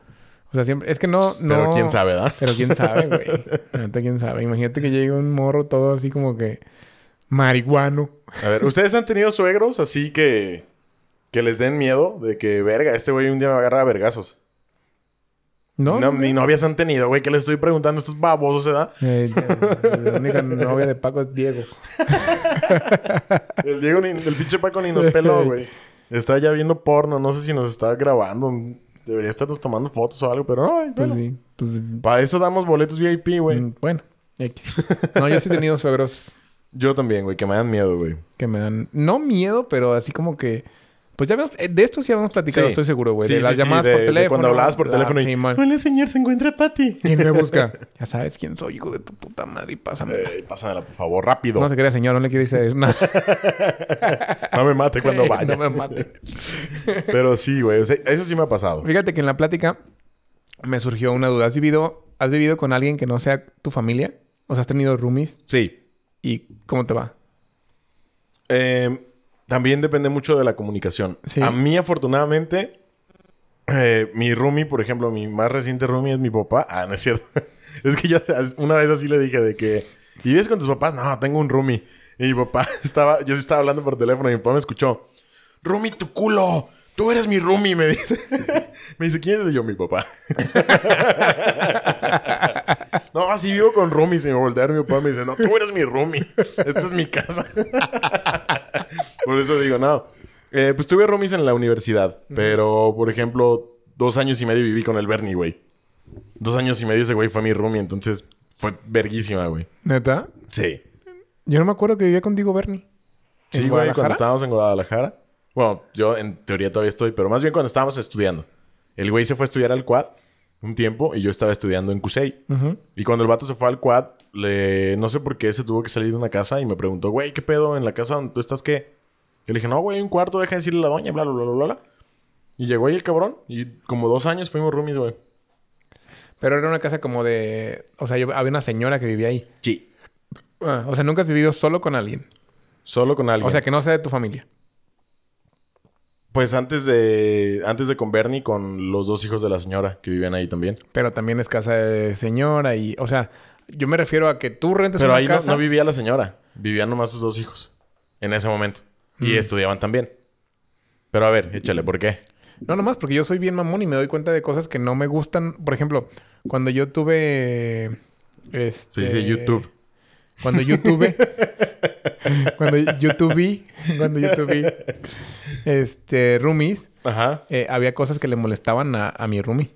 S1: O sea, siempre. Es que no. no
S2: Pero quién sabe, ¿verdad?
S1: Pero quién sabe, güey. Neta, quién sabe. Imagínate que llegue un morro todo así como que. Marihuano.
S2: A ver, ¿ustedes han tenido suegros así que. que les den miedo de que, verga, este güey un día me agarra a vergazos?
S1: No.
S2: No, ni novias han tenido, güey, que les estoy preguntando estos babosos, ¿verdad?
S1: Eh, eh, la única novia de Paco es Diego.
S2: El Diego, ni- el pinche Paco ni nos peló, güey. Está ya viendo porno, no sé si nos está grabando. Debería estarnos tomando fotos o algo, pero no, güey,
S1: Pues
S2: bueno.
S1: sí. Pues.
S2: Para eso damos boletos VIP, güey.
S1: mm, Bueno. X. No, yo sí he tenido suegros
S2: Yo también, güey, que me dan miedo, güey.
S1: que me dan. No miedo, pero así como que. Pues ya habíamos, eh, de esto sí habíamos platicado,
S2: Sí.
S1: estoy seguro, güey.
S2: Sí,
S1: de las
S2: sí, sí,
S1: llamadas
S2: de-
S1: por
S2: de
S1: teléfono. Ah,
S2: cuando hablabas por
S1: la-
S2: teléfono y...
S1: sí, man.
S2: Hola, señor, ¿se encuentra Patty?
S1: ¿Quién me busca? ya sabes quién soy, hijo de tu puta madre. y Pásame.
S2: Eh, pásamela, por favor, rápido.
S1: No
S2: No,
S1: se crea, señor. No le quiere decir nada.
S2: me mate cuando vaya.
S1: No me mate.
S2: Pero sí, güey. o sea, eso sí me ha pasado.
S1: Fíjate que en la plática me surgió una duda. ¿Has vivido, ¿Has vivido con alguien que no sea tu familia? O sea, ¿has tenido roomies?
S2: Sí.
S1: ¿Y cómo te va?
S2: Eh, también depende mucho de la comunicación.
S1: Sí.
S2: A mí, afortunadamente, eh, mi roomie, por ejemplo, mi más reciente roomie es mi papá. Ah, no es cierto. es que yo una vez así le dije de que... ¿Y vives con tus papás? No, tengo un roomie. Y mi papá estaba... Yo estaba hablando por teléfono y mi papá me escuchó. Roomie, tu culo. Tú eres mi roomie, me dice. me dice, ¿quién es yo? Mi papá. no, si vivo con roomies. Y me voltea a ver mi papá y me dice, no, tú eres mi roomie. Esta es mi casa. Por eso digo, no. Eh, pues tuve roomies en la universidad, pero por ejemplo, dos años y medio viví con el Bernie, güey. Dos años y medio ese güey fue mi roomie, entonces fue verguísima, güey.
S1: ¿Neta?
S2: Sí.
S1: Yo no me acuerdo que vivía contigo, Bernie.
S2: Sí,
S1: ¿En
S2: güey, cuando
S1: Guadalajara?
S2: estábamos en Guadalajara. Bueno, yo en teoría todavía estoy, pero más bien cuando estábamos estudiando. El güey se fue a estudiar al quad un tiempo y yo estaba estudiando en CUSEI.
S1: Ujú.
S2: Y cuando el vato se fue al quad, le... no sé por qué se tuvo que salir de una casa y me preguntó, güey, ¿qué pedo? ¿En la casa donde tú estás qué? Yo le dije, no, güey, hay un cuarto, deja de decirle a la doña, bla, bla, bla, bla, bla. Y llegó ahí el cabrón y como dos años fuimos roomies, güey.
S1: Pero era una casa como de... O sea, yo, había una señora que vivía ahí.
S2: Sí.
S1: Ah, o sea, nunca has vivido solo con alguien.
S2: Solo con alguien.
S1: O sea, que no sea de tu familia.
S2: Pues antes de, antes de con Bernie, con los dos hijos de la señora que vivían ahí también.
S1: Pero también es casa de señora y... O sea, yo me refiero a que tú rentes
S2: Pero
S1: una
S2: ahí no,
S1: casa...
S2: no vivía la señora. Vivían nomás sus dos hijos. En ese momento.
S1: Mm.
S2: Y estudiaban también. Pero a ver, échale, ¿por qué?
S1: No, nomás porque yo soy bien mamón y me doy cuenta de cosas que no me gustan. Por ejemplo, cuando yo tuve.
S2: Se
S1: Este,
S2: dice YouTube.
S1: Cuando yo tuve. cuando yo tuve. Cuando yo tuve. Este, roomies.
S2: Ajá.
S1: eh, había cosas que le molestaban a, a mi roomie.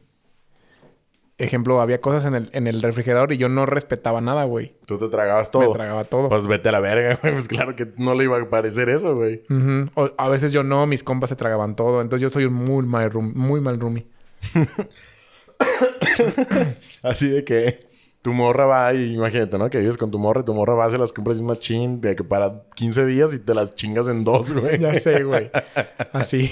S1: Ejemplo, había cosas en el, en el refrigerador y yo no respetaba nada, güey.
S2: Tú te tragabas todo.
S1: Me tragaba todo.
S2: Pues vete a la verga, güey. Pues claro que no le iba a parecer eso, güey.
S1: Ujú. O- a veces yo no, mis compas se tragaban todo. Entonces yo soy un muy mal, room- muy mal roomie.
S2: Así de que tu morra va y imagínate, ¿no? Que vives con tu morra y tu morra va, se las compras un machín de que para 15 días y te las chingas en dos, güey.
S1: Ya sé, güey. Así.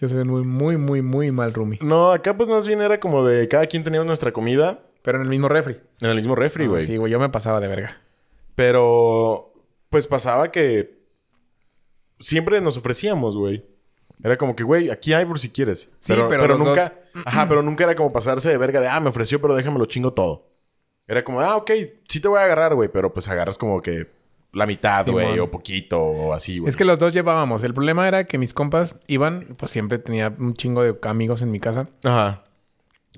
S1: Yo soy muy, muy, muy, muy mal roomie.
S2: No, acá pues más bien era como de cada quien teníamos nuestra comida
S1: Pero en el mismo refri.
S2: en el mismo refri, güey.
S1: Ah, Sí, güey. Yo me pasaba de verga.
S2: Pero pues pasaba que siempre nos ofrecíamos, güey. Era como que, güey, aquí hay por si quieres.
S1: Sí, pero los
S2: nunca, ajá, pero nunca era como pasarse de verga de, ah, me ofreció, pero déjame lo chingo todo. Era como, ah, ok, sí te voy a agarrar, güey, pero pues agarras como que la mitad,
S1: Simón.
S2: güey, o poquito, o así, güey.
S1: Es que los dos llevábamos. El problema era que mis compas iban... Pues siempre tenía un chingo de amigos en mi casa.
S2: Ajá.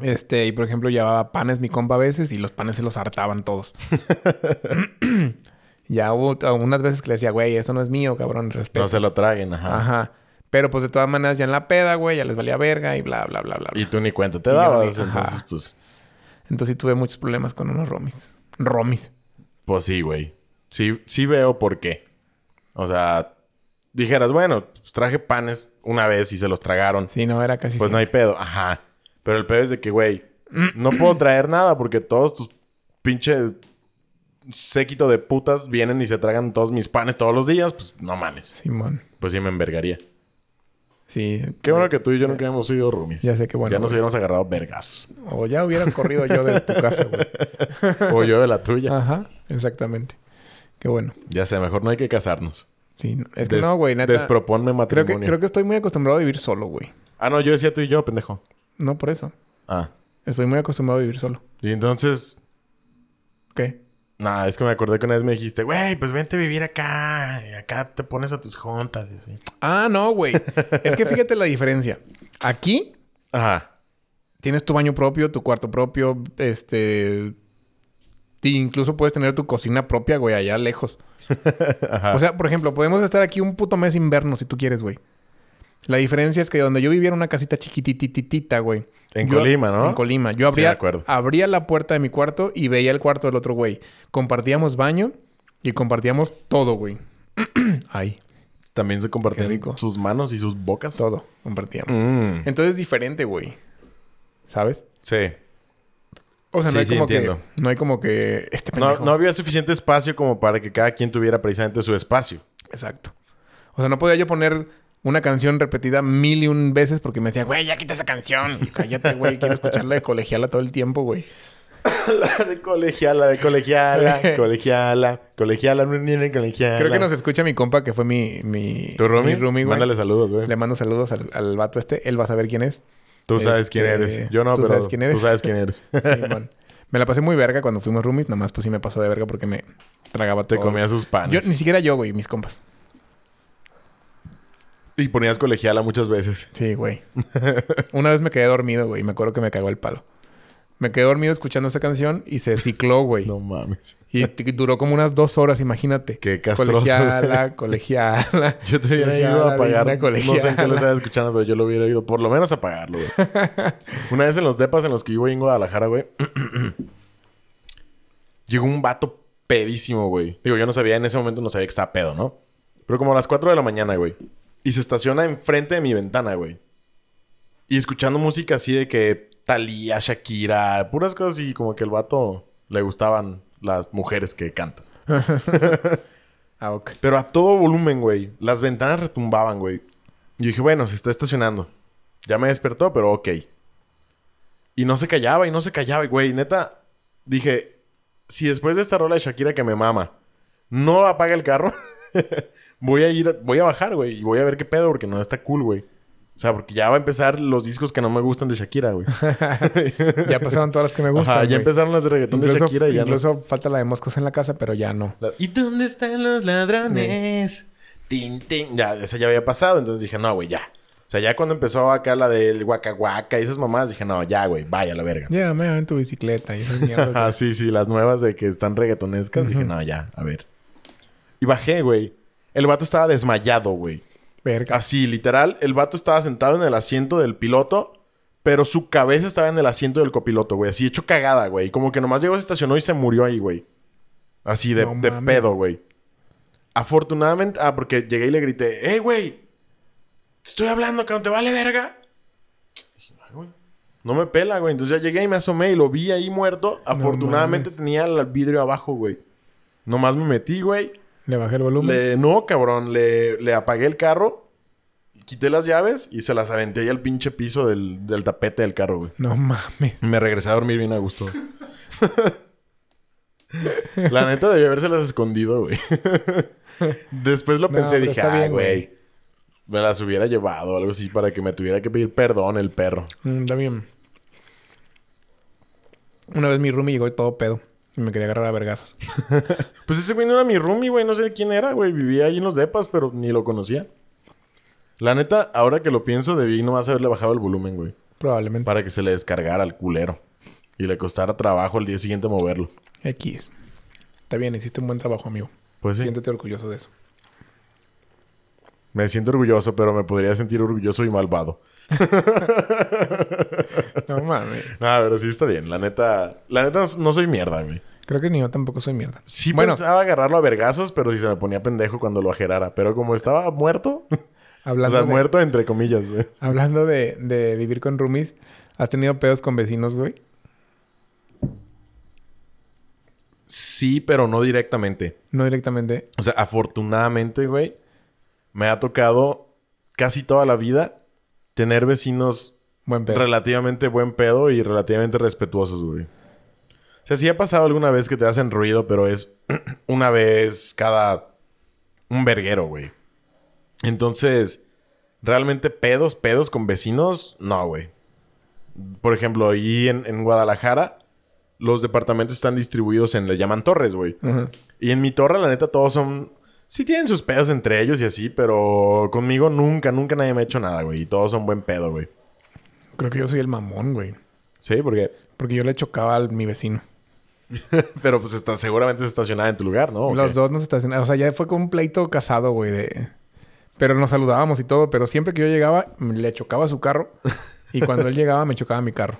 S1: Este... Y, por ejemplo, llevaba panes mi compa a veces. Y los panes se los hartaban todos. ya hubo algunas veces que le decía... Güey, esto no es mío, cabrón. Respeto.
S2: No se lo traguen, ajá.
S1: Ajá. Pero, pues, de todas maneras, ya en la peda, güey. Ya les valía verga y bla, bla, bla, bla. bla.
S2: Y tú ni cuenta te
S1: Y yo
S2: dabas,
S1: ni- ajá.
S2: entonces, pues,
S1: Entonces, sí tuve muchos problemas con unos romis. Romis.
S2: pues sí, güey. Sí, sí veo por qué. O sea, dijeras, bueno, pues, traje panes una vez y se los tragaron.
S1: Sí, no, era casi...
S2: Pues no hay pedo. Ajá. Pero el pedo es de que, güey, no puedo traer nada porque todos tus pinches séquito de putas vienen y se tragan todos mis panes todos los días. Pues no mames.
S1: Simón.
S2: Pues sí me envergaría.
S1: Sí.
S2: Qué bueno que tú y yo nunca hemos sido roomies.
S1: Ya sé, qué bueno,
S2: Ya nos
S1: güey.
S2: hubiéramos agarrado vergazos.
S1: O ya hubiera corrido yo de tu casa, güey.
S2: O yo de la tuya.
S1: Ajá, exactamente. Qué bueno.
S2: Ya sé, mejor no hay que casarnos.
S1: Sí, no- es que
S2: Des-
S1: no, güey, neta.
S2: Desproponme
S1: Creo
S2: matrimonio.
S1: que, creo que estoy muy acostumbrado a vivir solo, güey.
S2: Ah, no, yo decía tú y yo, pendejo.
S1: No por eso.
S2: Ah.
S1: Estoy muy acostumbrado a vivir solo.
S2: Y entonces,
S1: ¿Qué?
S2: nada, es que me acordé que una vez me dijiste, güey, pues vente a vivir acá. Y acá te pones a tus juntas y así.
S1: Ah, no, güey. es que fíjate la diferencia. Aquí
S2: Ajá.
S1: tienes tu baño propio, tu cuarto propio, este... ti- Incluso puedes tener tu cocina propia, güey, allá lejos. O sea, por ejemplo, podemos estar aquí un puto mes sin vernos si tú quieres, güey. La diferencia es que donde yo vivía era una casita chiquitititita, güey.
S2: En
S1: Yo-
S2: Colima, ¿no?
S1: En Colima. Yo
S2: Sí, de
S1: abría,
S2: acuerdo.
S1: abría la puerta de mi cuarto y veía el cuarto del otro güey. Compartíamos baño y compartíamos todo, güey. Ahí,
S2: También se compartían
S1: Qué rico.
S2: sus manos y sus bocas.
S1: todo compartíamos.
S2: Mm,
S1: Entonces es diferente, güey. ¿Sabes?
S2: Sí.
S1: O sea, no
S2: Sí,
S1: hay
S2: sí,
S1: como
S2: entiendo.
S1: que... No hay como que... Este
S2: No,
S1: pendejo.
S2: no había suficiente espacio como para que cada quien tuviera precisamente su espacio.
S1: Exacto. O sea, no podía yo poner una canción repetida mil y un veces porque me decía, güey, ya quita esa canción. Y yo, Cállate, güey. Quiero escucharla de colegiala todo el tiempo, güey.
S2: La de colegiala, de colegiala, colegiala, colegiala, no tiene colegiala.
S1: Creo que nos escucha mi compa que fue mi... mi
S2: ¿Tu roomie?
S1: mi roomie, güey.
S2: Mándale saludos, güey.
S1: Le mando saludos al, al vato este. Él va a saber quién es.
S2: Tú sabes quién
S1: Este,
S2: eres. Yo no,
S1: tú
S2: pero
S1: sabes quién eres.
S2: tú sabes quién eres.
S1: Simón. Me la pasé muy verga cuando fuimos roomies. Nomás pues sí me pasó de verga porque me tragaba
S2: Te
S1: todo.
S2: comías sus
S1: Oh. Yo,
S2: panes.
S1: ni siquiera yo, güey. Mis compas.
S2: Y ponías colegiala muchas veces.
S1: Sí, güey. Una vez me quedé dormido, güey. y Me acuerdo que me cagó el palo. Me quedé dormido escuchando esa canción y se cicló, güey.
S2: No mames.
S1: Y t- duró como unas dos horas, imagínate.
S2: Qué castroso.
S1: Colegiala, colegiala.
S2: Yo te hubiera
S1: Colegiala,
S2: ido a pagar.
S1: divina
S2: No sé en qué
S1: colegiala.
S2: lo estás escuchando, pero yo lo hubiera ido por lo menos a pagarlo, güey. Una vez en los depas en los que yo voy en Guadalajara, güey. llegó un vato pedísimo, güey. Digo, yo no sabía, en ese momento no sabía que estaba pedo, ¿no? Pero como a las 4 de la mañana, güey. Y se estaciona enfrente de mi ventana, güey. Y escuchando música así de que Talía, Shakira, puras cosas y como que el vato le gustaban las mujeres que cantan.
S1: Ah, ok.
S2: Pero a todo volumen, güey. Las ventanas retumbaban, güey. Yo dije, bueno, se está estacionando. Ya me despertó, pero ok. Y no se callaba y no se callaba, y, güey. Neta, dije, si después de esta rola de Shakira que me mama, no apaga el carro, voy a ir, voy a bajar, güey. Y voy a ver qué pedo, porque no está cool, güey. O sea, porque ya va a empezar los discos que no me gustan de Shakira, güey.
S1: Ya pasaron todas las que me gustan.
S2: Ajá, ya
S1: güey.
S2: empezaron las de reggaetón
S1: Incluso,
S2: de Shakira y ya no.
S1: incluso falta la de moscos en la casa, pero ya no.
S2: La- ¿Y dónde están los ladrones? Mm. Tin, tin. Ya, esa ya había pasado. Entonces dije, no, güey, ya. O sea, ya cuando empezó acá la del guaca guaca y esas mamás, dije, no, ya, güey, vaya a la verga.
S1: Llévame en tu bicicleta. Y esas mierdas.
S2: Ah, sí, sí, las nuevas de que están reggaetonescas. Dije, no, ya, a ver. Y bajé, güey. El vato estaba desmayado, güey.
S1: Verga.
S2: Así, literal, el vato estaba sentado en el asiento del piloto, pero su cabeza estaba en el asiento del copiloto, güey. Así hecho cagada, güey. Como que nomás llegó, se estacionó y se murió ahí, güey. Así de,
S1: No
S2: de
S1: mames.
S2: pedo, güey. Afortunadamente, ah, porque llegué y le grité, ¡Ey, güey! Te estoy hablando, cabrón, ¿te vale verga? Dije, "Ay, güey, No me pela, güey. Entonces ya llegué y me asomé y lo vi ahí muerto. Afortunadamente tenía el vidrio abajo, güey. Nomás me metí, güey.
S1: Le bajé el volumen.
S2: Le- no, cabrón. Le, le apagué el carro, quité las llaves y se las aventé ahí al pinche piso del, del tapete del carro, güey.
S1: No mames.
S2: Me regresé a dormir bien a gusto. La neta debió habérselas escondido, güey. Después lo
S1: No,
S2: pensé y
S1: pero
S2: dije,
S1: está
S2: ah,
S1: bien,
S2: güey. Me las hubiera llevado o algo así para que me tuviera que pedir perdón el perro.
S1: Mm, Está bien. Una vez mi roomie llegó todo pedo. Y me quería agarrar a vergazos.
S2: Pues ese güey no era mi roomie, güey. No sé quién era, güey. Vivía ahí en los depas, pero ni lo conocía. La neta, ahora que lo pienso, debí nomás haberle bajado el volumen, güey.
S1: Probablemente.
S2: para que se le descargara al culero y le costara trabajo el día siguiente moverlo.
S1: X. Está bien, hiciste un buen trabajo, amigo.
S2: Pues sí,
S1: Siéntete orgulloso de eso.
S2: me siento orgulloso, pero me podría sentir orgulloso y malvado.
S1: No mames.
S2: Ah, pero sí está bien. La neta, la neta no soy mierda, güey.
S1: Creo que ni yo tampoco soy mierda.
S2: Sí pues,
S1: bueno,
S2: pensaba agarrarlo a vergazos, pero sí se me ponía pendejo cuando lo ajerara. Pero como estaba muerto, o
S1: hablando
S2: sea,
S1: de-
S2: muerto entre comillas, güey.
S1: Hablando de, de vivir con roomies, ¿has tenido pedos con vecinos, güey?
S2: Sí, pero no directamente.
S1: No directamente.
S2: O sea, afortunadamente, güey, me ha tocado casi toda la vida tener vecinos
S1: Buen pedo.
S2: relativamente buen pedo y relativamente respetuosos, güey. O sea, sí ha pasado alguna vez que te hacen ruido, pero es una vez cada un verguero, güey. Entonces, realmente pedos, pedos con vecinos, no, güey. Por ejemplo, ahí en, en Guadalajara, los departamentos están distribuidos en, le llaman torres, güey.
S1: Ujú.
S2: Y en mi torre, la neta, todos son. Sí tienen sus pedos entre ellos y así, pero conmigo nunca, nunca nadie me ha hecho nada, güey. Y todos son buen pedo, güey.
S1: Creo que yo soy el mamón, güey.
S2: Sí, porque.
S1: Porque yo le chocaba a mi vecino.
S2: Pero pues está, seguramente se estacionaba en tu lugar, ¿no? ¿O
S1: Los
S2: qué?
S1: dos nos estacionábamos. O sea, ya fue como un pleito casado, güey. De... Pero nos saludábamos y todo. Pero siempre que yo llegaba, m- le chocaba su carro. Y cuando él llegaba, me chocaba mi carro.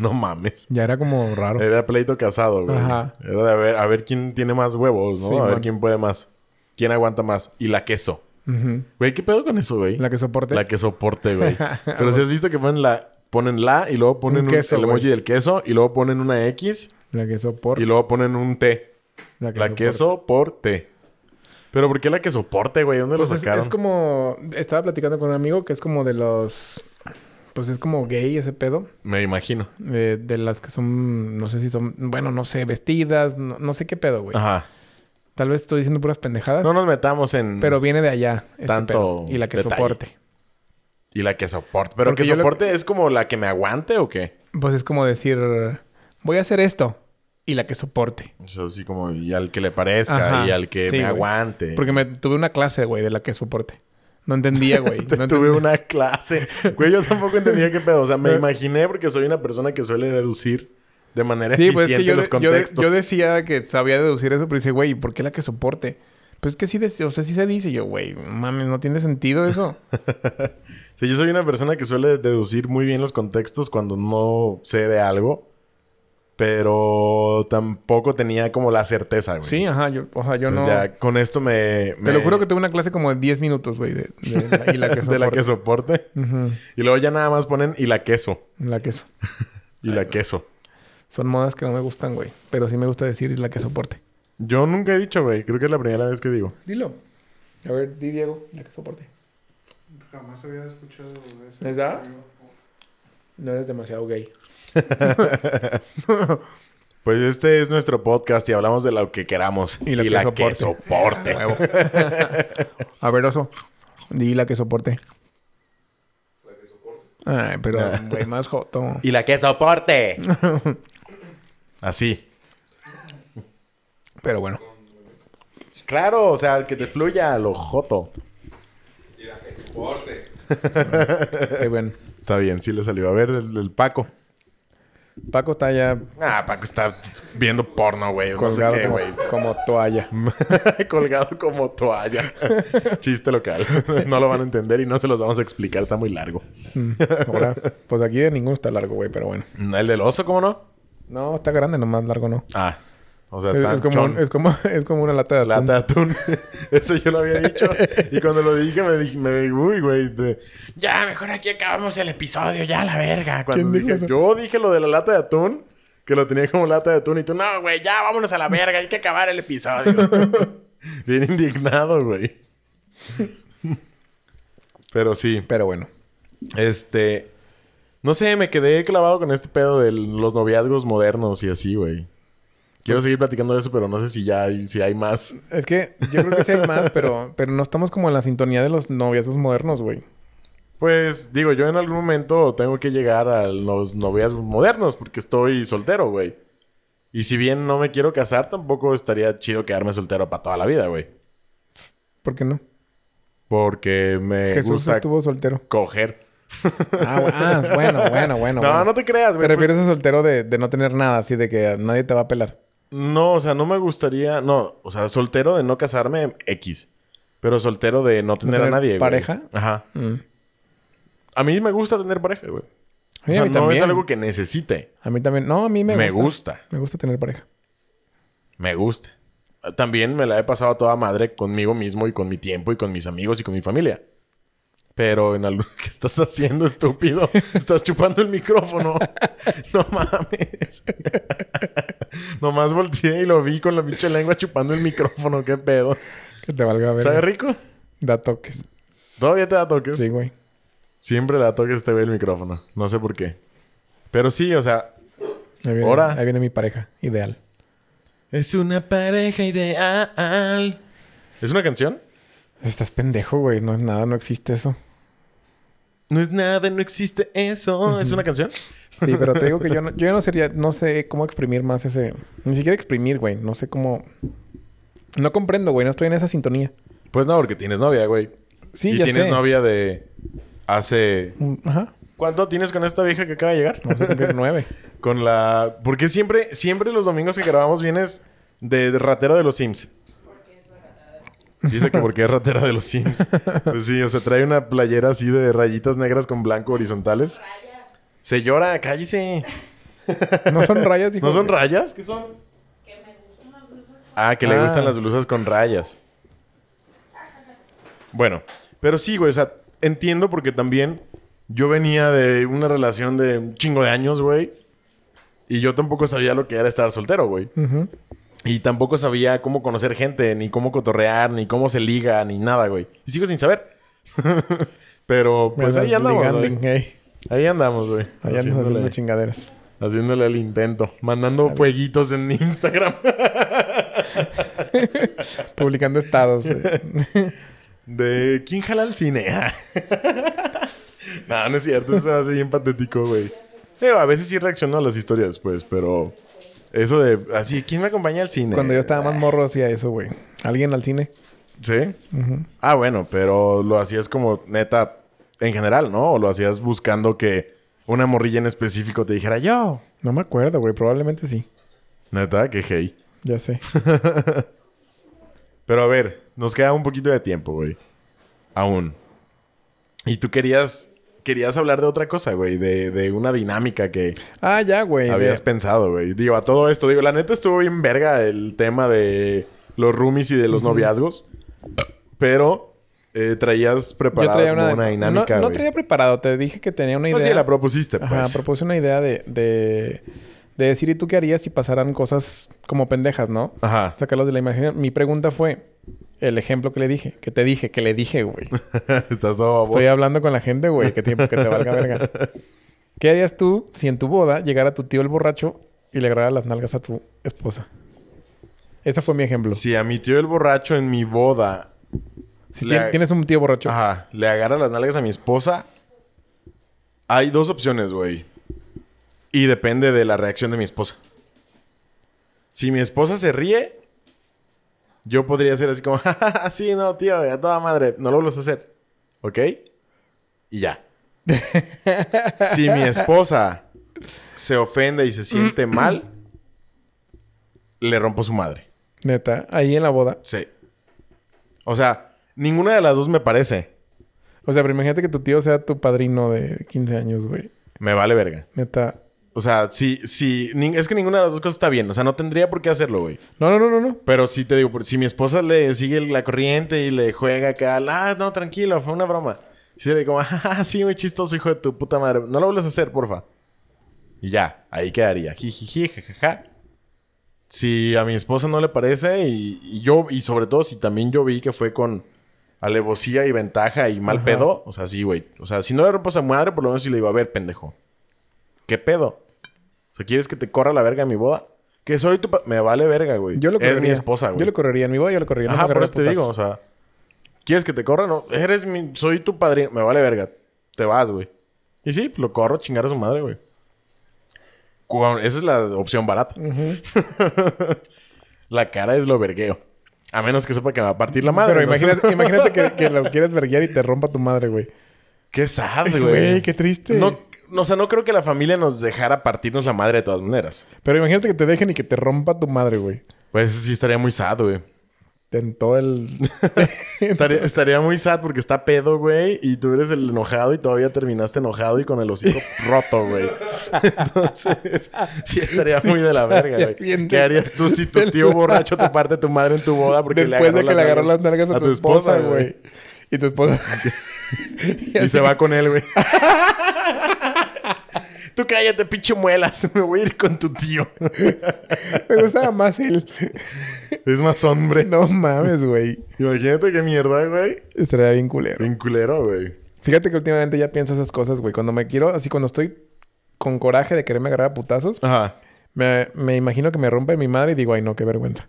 S2: No mames.
S1: Ya era como raro.
S2: Era pleito casado, güey.
S1: Ajá.
S2: Era de a ver, a ver quién tiene más huevos, ¿no?
S1: Sí,
S2: a ver
S1: man.
S2: quién puede más. ¿Quién aguanta más? Y la queso.
S1: Ujú.
S2: Güey, ¿qué pedo con eso, güey?
S1: La que soporte.
S2: La que soporte, güey. Pero si has visto que ponen la, ponen la y luego ponen
S1: Un
S2: un-
S1: queso,
S2: el
S1: güey.
S2: emoji del queso y luego ponen una X
S1: La que soporte.
S2: y luego ponen un T. La
S1: soporte.
S2: que soporte. Pero ¿por qué la que soporte, güey? ¿Dónde
S1: Pues
S2: lo
S1: es,
S2: sacaron?
S1: es como... Estaba platicando con un amigo que es como de los... Pues es como gay ese pedo.
S2: Me imagino.
S1: De, de las que son... No sé si son... Bueno, no sé. Vestidas. No, no sé qué pedo, güey.
S2: Ajá.
S1: Tal vez estoy diciendo puras pendejadas.
S2: No nos metamos en...
S1: Pero viene de allá. este
S2: Tanto
S1: pedo. Y la que
S2: detalle.
S1: soporte.
S2: Y la que soporte. Pero
S1: Porque
S2: que
S1: yo lo-
S2: soporte es como la que me aguante o qué?
S1: Pues es como decir, voy a hacer esto y la que soporte.
S2: O sea, así como y al que le parezca
S1: Ajá.
S2: y al que
S1: Sí,
S2: me
S1: güey.
S2: aguante.
S1: Porque me tuve una clase, güey, de la que soporte. No entendía, güey.
S2: Te
S1: No enten-
S2: tuve una clase. Güey, yo tampoco entendía qué pedo. O sea, me
S1: No.
S2: imaginé porque soy una persona que suele deducir de manera
S1: Sí, pues
S2: eficiente
S1: es que yo, de-
S2: los
S1: yo de-
S2: contextos.
S1: yo decía que sabía deducir eso, pero dice, güey, ¿por qué la que soporte? Pues es que sí, de- o sea, sí se dice. Y yo, güey, mames, no tiene sentido eso.
S2: Sí, yo soy una persona que suele deducir muy bien los contextos cuando no sé de algo. Pero tampoco tenía como la certeza, güey.
S1: sí, ajá, yo, o sea, yo
S2: Pues
S1: no.
S2: ya con esto me...
S1: Te lo juro que tuve una clase como de 10 minutos, güey, de, de la, y la que soporte.
S2: De la que soporte.
S1: Ujú,
S2: Y luego ya nada más ponen y la queso.
S1: la que so-
S2: Y la queso.
S1: Son modas que no me gustan, güey. Pero sí me gusta decir la que soporte.
S2: Yo nunca he dicho, güey. Creo que es la primera vez que digo.
S1: Dilo. A ver, di Diego, la que soporte.
S3: Jamás había escuchado eso.
S1: ¿Verdad? No eres demasiado gay.
S2: Pues este es nuestro podcast y hablamos de lo que queramos.
S1: Y lo que soporte.
S2: soporte.
S1: A ver, oso. Di la que soporte. La que soporte. Ay, pero, güey, más joto.
S2: y la que soporte. Así.
S1: Pero bueno.
S2: Claro, o sea, que te fluya lo joto.
S3: Y la que soporte.
S1: Qué bueno.
S2: Está bien, sí le salió. A ver, el, el Paco.
S1: Paco está ya
S2: Ah, Paco está viendo porno, güey. No sé
S1: colgado
S2: qué,
S1: como,
S2: güey.
S1: como toalla.
S2: Colgado como toalla. Chiste local. no lo van a entender y no se los vamos a explicar. Está muy largo.
S1: Mm, Ahora, pues aquí de ninguno está largo, güey, pero bueno.
S2: ¿El del oso, cómo no?
S1: No, está grande, nomás largo no.
S2: Ah. O sea,
S1: Es,
S2: está
S1: es como,
S2: chon.
S1: un- es, como, es como una lata de atún.
S2: Lata de atún. Eso yo lo había dicho. Y cuando lo dije, me dije, me- uy, güey. de- Ya, mejor aquí acabamos el episodio, ya la verga. Cuando
S1: ¿Quién dijo eso?
S2: dije, yo dije lo de la lata de atún, que lo tenía como lata de atún, y tú, no, güey, ya vámonos a la verga, hay que acabar el episodio. Bien indignado, güey. Pero sí,
S1: Pero bueno.
S2: este. No sé, me quedé clavado con este pedo de los noviazgos modernos y así, güey.
S1: Pues
S2: Quiero seguir platicando de eso, pero no sé si ya hay, si hay más.
S1: Es que yo creo que sí hay más, pero, pero no estamos como en la sintonía de los noviazgos modernos, güey.
S2: Pues digo, yo en algún momento tengo que llegar a los noviazgos modernos porque estoy soltero, güey. Y si bien no me quiero casar, tampoco estaría chido quedarme soltero para toda la vida, güey.
S1: ¿Por qué no?
S2: Porque me
S1: Jesús
S2: gusta
S1: estuvo soltero.
S2: coger.
S1: Ah, bu- ah, bueno, bueno, bueno.
S2: No,
S1: bueno.
S2: no te creas,
S1: ¿Te
S2: güey. pues,
S1: refieres a soltero de, de no tener nada, así de que nadie te va a pelar?
S2: No, o sea, no me gustaría. No, o sea, soltero de no casarme, X. Pero soltero de no tener, a
S1: tener
S2: nadie, güey.
S1: pareja?
S2: Ajá.
S1: Mm.
S2: A mí me gusta tener pareja, güey.
S1: Sí,
S2: o sea,
S1: a mí
S2: no
S1: también.
S2: es algo que necesite.
S1: A mí también. No, a mí me,
S2: Me
S1: gusta.
S2: gusta.
S1: Me gusta tener pareja.
S2: Me gusta. También me la he pasado a toda madre conmigo mismo y con mi tiempo y con mis amigos y con mi familia. Pero en algo que estás haciendo, estúpido, estás chupando el micrófono. No mames. Nomás volteé y lo vi con la pinche lengua chupando el micrófono. Qué pedo.
S1: Que te valga ver.
S2: ¿Sabe rico?
S1: Da toques.
S2: Todavía te da toques.
S1: Sí, güey.
S2: Siempre le da toques este ve el micrófono. No sé por qué. Pero sí, o sea,
S1: Ahí viene,
S2: Ahora.
S1: ahí viene mi pareja ideal.
S2: es una pareja ideal. ¿Es una canción?
S1: Estás pendejo, güey. No es nada, no existe eso.
S2: No es nada, no existe eso. ¿Es una canción?
S1: Sí, pero te digo que yo no, yo ya no sería, no sé cómo exprimir más ese. Ni siquiera exprimir, güey. No sé cómo. No comprendo, güey. No estoy en esa sintonía.
S2: Pues no, porque tienes novia, güey.
S1: Sí,
S2: y
S1: ya
S2: tienes
S1: sé.
S2: novia de hace...
S1: Mm, Ajá.
S2: ¿Cuánto tienes con esta vieja que acaba de llegar?
S1: Vamos a cumplir nueve.
S2: Con la... Porque siempre, siempre los domingos que grabamos vienes de, de ratera de los Sims. Dice que porque es ratera de los Sims. Pues sí, o sea, trae una playera así de rayitas negras con blanco horizontales.
S4: Rayas.
S2: Se llora, cállese.
S1: No son rayas, dijo.
S2: ¿No son rayas? ¿Qué son?
S4: Que me gustan las blusas.
S2: Ah, que le
S1: Ah.
S2: gustan las blusas con rayas. Bueno, pero sí, güey, o sea, entiendo porque también yo venía de una relación de un chingo de años, güey. Y yo tampoco sabía lo que era estar soltero, güey.
S1: Ujú.
S2: Y tampoco sabía cómo conocer gente, ni cómo cotorrear, ni cómo se liga, ni nada, güey. Y sigo sin saber. pero pues
S1: Andas
S2: ahí andamos,
S1: ligando,
S2: güey.
S1: ey.
S2: Ahí andamos, güey.
S1: Ahí andas haciendo
S2: Haciéndole,
S1: chingaderas.
S2: haciéndole el intento. Mandando fueguitos en Instagram.
S1: Publicando estados. eh.
S2: De ¿Quién jala al cine? no, no es cierto, eso hace bien patético, güey. Digo, a veces sí reacciono a las historias, pues, pero eso de así, ¿quién me acompaña al cine?
S1: Cuando yo estaba más morro hacía eso, güey. ¿Alguien al cine?
S2: ¿Sí? Ah, bueno, pero lo hacías como neta en general, ¿no? O lo hacías buscando que una morrilla en específico te dijera yo.
S1: No me acuerdo, güey. Probablemente sí.
S2: Neta, que hey.
S1: Ya sé.
S2: Pero a ver, nos queda un poquito de tiempo, güey. Aún. Y tú querías, querías hablar de otra cosa, güey, de, de una dinámica que...
S1: Ah, ya, güey.
S2: Habías
S1: de-
S2: pensado, güey. Digo, a todo esto, digo, la neta estuvo bien verga el tema de los roomies y de los noviazgos. Pero eh, traías
S1: Yo
S2: preparada
S1: traía
S2: como
S1: una,
S2: una, dinámica,
S1: No,
S2: güey.
S1: no traía preparado. Te dije que tenía una idea.
S2: No, sí, la propusiste, pues.
S1: Ajá, propuse una idea de, de, de decir, ¿y tú qué harías si pasaran cosas como pendejas, no?
S2: Ajá.
S1: Sacarlos de la imaginación. Mi pregunta fue el ejemplo que le dije, que te dije, que le dije, güey.
S2: Estás todo baboso.
S1: Estoy hablando con la gente, güey, qué tiempo que te valga verga. ¿Qué harías tú si en tu boda llegara tu tío el borracho y le agarrara las nalgas a tu esposa? Ese fue mi ejemplo.
S2: Si a mi tío el borracho en mi boda...
S1: si
S2: le-
S1: tien- tienes un tío borracho,
S2: Ajá. Le agarra las nalgas a mi esposa. Hay dos opciones, güey. Y depende de la reacción de mi esposa. Si mi esposa se ríe, yo podría ser así como, "Ja, ja, ja, sí, no, tío, a toda madre, no lo vuelvas a hacer. ¿Ok? Y ya. si mi esposa se ofende y se siente mal, le rompo su madre.
S1: neta, ahí en la boda.
S2: Sí. O sea, ninguna de las dos me parece.
S1: O sea, pero imagínate que tu tío sea tu padrino de 15 años, güey.
S2: Me vale verga.
S1: Neta.
S2: O sea, si, si, nin- es que ninguna de las dos cosas está bien. O sea, no tendría por qué hacerlo, güey.
S1: No, no, no, no, no.
S2: Pero sí te digo, por- si mi esposa le sigue la corriente y le juega acá, ah, no, tranquilo, fue una broma. Y se le como, ah, sí, muy chistoso, hijo de tu puta madre. No lo vuelvas a hacer, porfa. Y ya, ahí quedaría. Jijiji, jajaja. Si a mi esposa no le parece, y, y yo, y sobre todo si también yo vi que fue con alevosía y ventaja y mal
S1: Ajá.
S2: pedo, o sea, sí, güey. O sea, si no le rompo a madre, por lo menos sí le digo, a ver, pendejo, ¿qué pedo? O sea, ¿quieres que te corra la verga en mi boda? Que soy tu... pa- Me vale verga, güey.
S1: Yo lo correría.
S2: Es mi esposa, güey.
S1: Yo lo correría en mi boda, yo lo correría. no
S2: Ajá,
S1: me
S2: por
S1: agarraría
S2: eso te digo, o
S1: putazos.
S2: sea... ¿Quieres que te corra? No. Eres mi... Soy tu padrino. Me vale verga. Te vas, güey. Y sí, lo corro a chingar a su madre, güey. Cuau, Esa es la opción barata. la cara es lo vergueo. A menos que sepa que me va a partir la madre.
S1: Pero
S2: ¿no?
S1: imagínate, imagínate que, que lo quieres verguiar y te rompa tu madre, güey.
S2: Qué sad, güey.
S1: Güey, qué triste.
S2: No... O sea, no creo que la familia nos dejara partirnos la madre de todas maneras.
S1: Pero imagínate que te dejen y que te rompa tu madre, güey.
S2: Pues eso sí estaría muy sad, güey.
S1: En todo el...
S2: Estaría, estaría muy sad porque está pedo, güey, y tú eres el enojado y todavía terminaste enojado y con el hocico roto, güey. Entonces, sí estaría muy de la verga,
S1: estaría
S2: güey.
S1: bien
S2: ¿Qué
S1: de-
S2: harías tú si tu tío borracho te parte tu madre en tu boda porque
S1: Después de que le agarró
S2: agarró
S1: las nalgas a, tu esposa, güey. Y tu esposa...
S2: Y se va con él, güey. tú cállate, pinche muelas, me voy a ir con tu tío.
S1: Me gustaba más él.
S2: Es más hombre.
S1: No mames, güey.
S2: Imagínate qué mierda, güey.
S1: Estaría bien culero.
S2: Bien culero, güey.
S1: Fíjate que últimamente ya pienso esas cosas, güey. Cuando me quiero... Así cuando estoy con coraje de quererme agarrar a putazos,
S2: Ajá.
S1: me, me imagino que me rompe mi madre y digo, ay, no, qué vergüenza.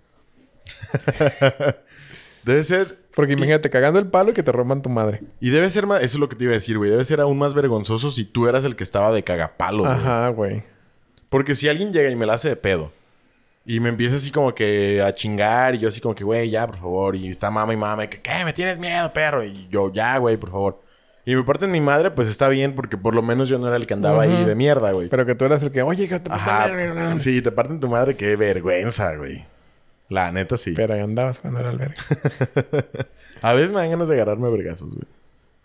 S2: Debe ser
S1: Porque imagínate, cagando el palo y que te rompan tu madre.
S2: Y debe ser más... Eso es lo que te iba a decir, güey. Debe ser aún más vergonzoso si tú eras el que estaba de cagapalos, Oh, güey.
S1: Ajá, güey.
S2: Porque si alguien llega y me la hace de pedo y me empieza así como que a chingar y yo así como que, güey, ya, por favor. Y está mama y mama y que, ¿qué? ¿Me tienes miedo, perro? Y yo, ya, güey, por favor. Y me parte mi madre, pues está bien porque por lo menos yo no era el que andaba ahí
S1: Ujú.
S2: de mierda, güey.
S1: Pero que tú eras el que, oye, que te
S2: Ajá.
S1: sí.
S2: Sí, te parten tu madre, qué vergüenza, güey. La neta, sí.
S1: Pero ahí andabas cuando era albergue.
S2: A veces me dan ganas de agarrarme a vergazos, güey.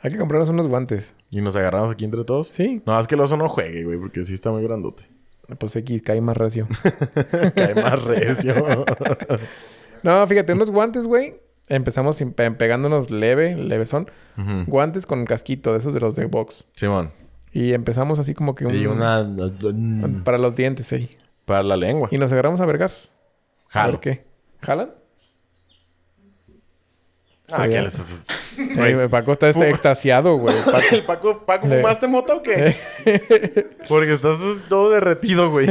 S1: Hay que comprarnos unos guantes.
S2: Y nos agarramos aquí entre todos.
S1: Sí.
S2: No, es que el oso no juegue, güey, porque sí está muy grandote.
S1: Pues X, cae más racio.
S2: Cae más recio.
S1: No, fíjate, unos guantes, güey. Empezamos sin- pe- pegándonos leve, levesón.
S2: Ujú.
S1: Guantes con casquito, de esos de los de box.
S2: Simón.
S1: Y empezamos así como que un...
S2: Y una...
S1: Para los dientes ahí.
S2: Para la lengua.
S1: Y nos agarramos a vergas.
S2: Jalo.
S1: ¿Por qué? ¿Jalan?
S2: Ah,
S1: Sí,
S2: ¿qué
S1: ya.
S2: Ah, le estás-
S1: Ey, güey, Paco está este extasiado, güey. Paco.
S2: El Paco, Paco,
S1: Le- Eh.
S2: ¿fumaste mota o qué? Porque estás todo derretido, güey.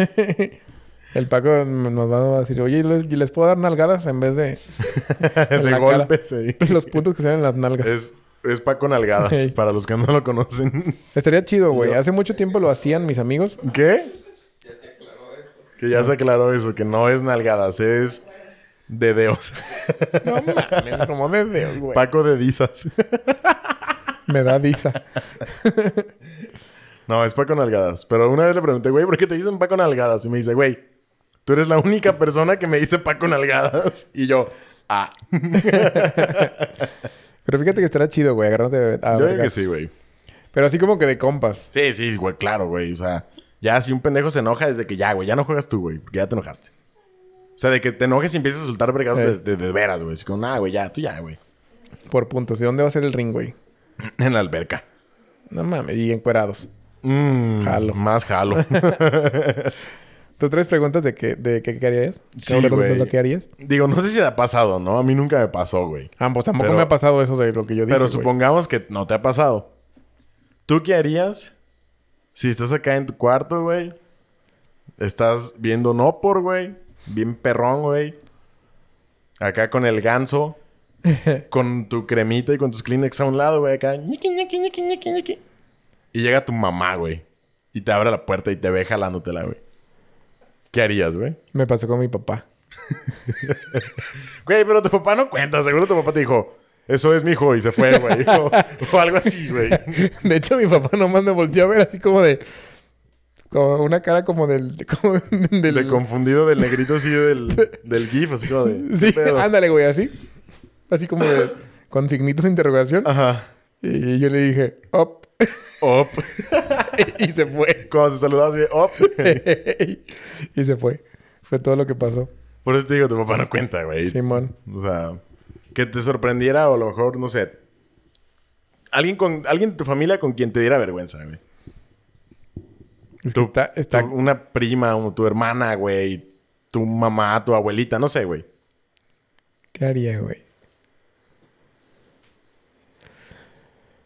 S1: El Paco nos va a decir, oye, ¿y les, y les puedo dar nalgadas en vez de En
S2: De
S1: la
S2: golpes ahí.
S1: los puntos que se dan en las nalgas?
S2: Es, es Paco Nalgadas,
S1: Ey.
S2: para los que no lo conocen.
S1: Estaría chido, güey.
S2: Yo-
S1: Hace mucho tiempo lo hacían mis amigos.
S2: ¿Qué? Que ya se aclaró eso, que no es nalgadas, es dedeos.
S1: No mames, como de Dios, güey.
S2: Paco de Dizas.
S1: Me da disa.
S2: No, es Paco Nalgadas. Pero una vez le pregunté, güey, ¿por qué te dicen Paco Nalgadas? Y me dice, güey, tú eres la única persona que me dice Paco Nalgadas. Y yo, ah,
S1: Pero fíjate que estará chido, güey. Agarrarte a
S2: yo digo que
S1: vergas.
S2: sí, güey.
S1: Pero así como que de compas.
S2: Sí, sí, güey, claro, güey. O sea, ya si un pendejo se enoja desde que ya, güey, ya no juegas tú, güey, porque ya te enojaste. O sea, de que te enojes y empieces a soltar vergados
S1: Eh.
S2: de, de- de veras, güey. Así como, nah, güey, ya, tú ya, güey.
S1: Por puntos. ¿De dónde va a ser el ring, güey?
S2: En la alberca.
S1: No mames. Y encuerados.
S2: Mm,
S1: Jalo.
S2: Más jalo.
S1: ¿Tú tres preguntas de qué, de qué, qué harías?
S2: Sí,
S1: ¿Qué otra cosa
S2: güey.
S1: es lo que harías?
S2: Digo, no sé si te ha pasado, ¿no? A mí nunca me pasó, güey.
S1: Ah, pues tampoco
S2: Pero-
S1: me ha pasado eso de lo que yo dije,
S2: Pero
S1: güey.
S2: supongamos que no te ha pasado. ¿Tú qué harías si estás acá en tu cuarto, güey? Estás viendo no por, güey. Bien perrón, güey. Acá con el ganso. con tu cremita y con tus Kleenex a un lado, güey. Acá. ñiqui, ñiqui, ñiqui, ñiqui, ñiqui. Y llega tu mamá, güey. Y te abre la puerta y te ve jalándotela, güey. ¿Qué harías, güey?
S1: Me pasó con mi papá.
S2: Güey, pero tu papá no cuenta. Seguro tu papá te dijo, eso es mi hijo y se fue, güey. o, o algo así, güey.
S1: De hecho, mi papá nomás me volteó a ver así como de... Como una cara como del... Como del
S2: De confundido del negrito así del, del GIF, así como de. ¿qué
S1: Sí,
S2: pedo?
S1: ándale, güey, así. Así como de, con signitos de interrogación.
S2: Ajá.
S1: Y yo le dije, op.
S2: Op.
S1: y se fue.
S2: Cuando se saludaba así, op.
S1: y se fue. Fue todo lo que pasó.
S2: Por eso te digo, tu papá no cuenta, güey.
S1: Simón.
S2: O sea, que te sorprendiera o a lo mejor, no sé. Alguien, con, alguien de tu familia con quien te diera vergüenza, güey.
S1: Es que
S2: Tú-
S1: está, está,
S2: Tu- una prima, o tu hermana, güey. Tu mamá, tu abuelita, no sé, güey.
S1: ¿Qué haría, güey?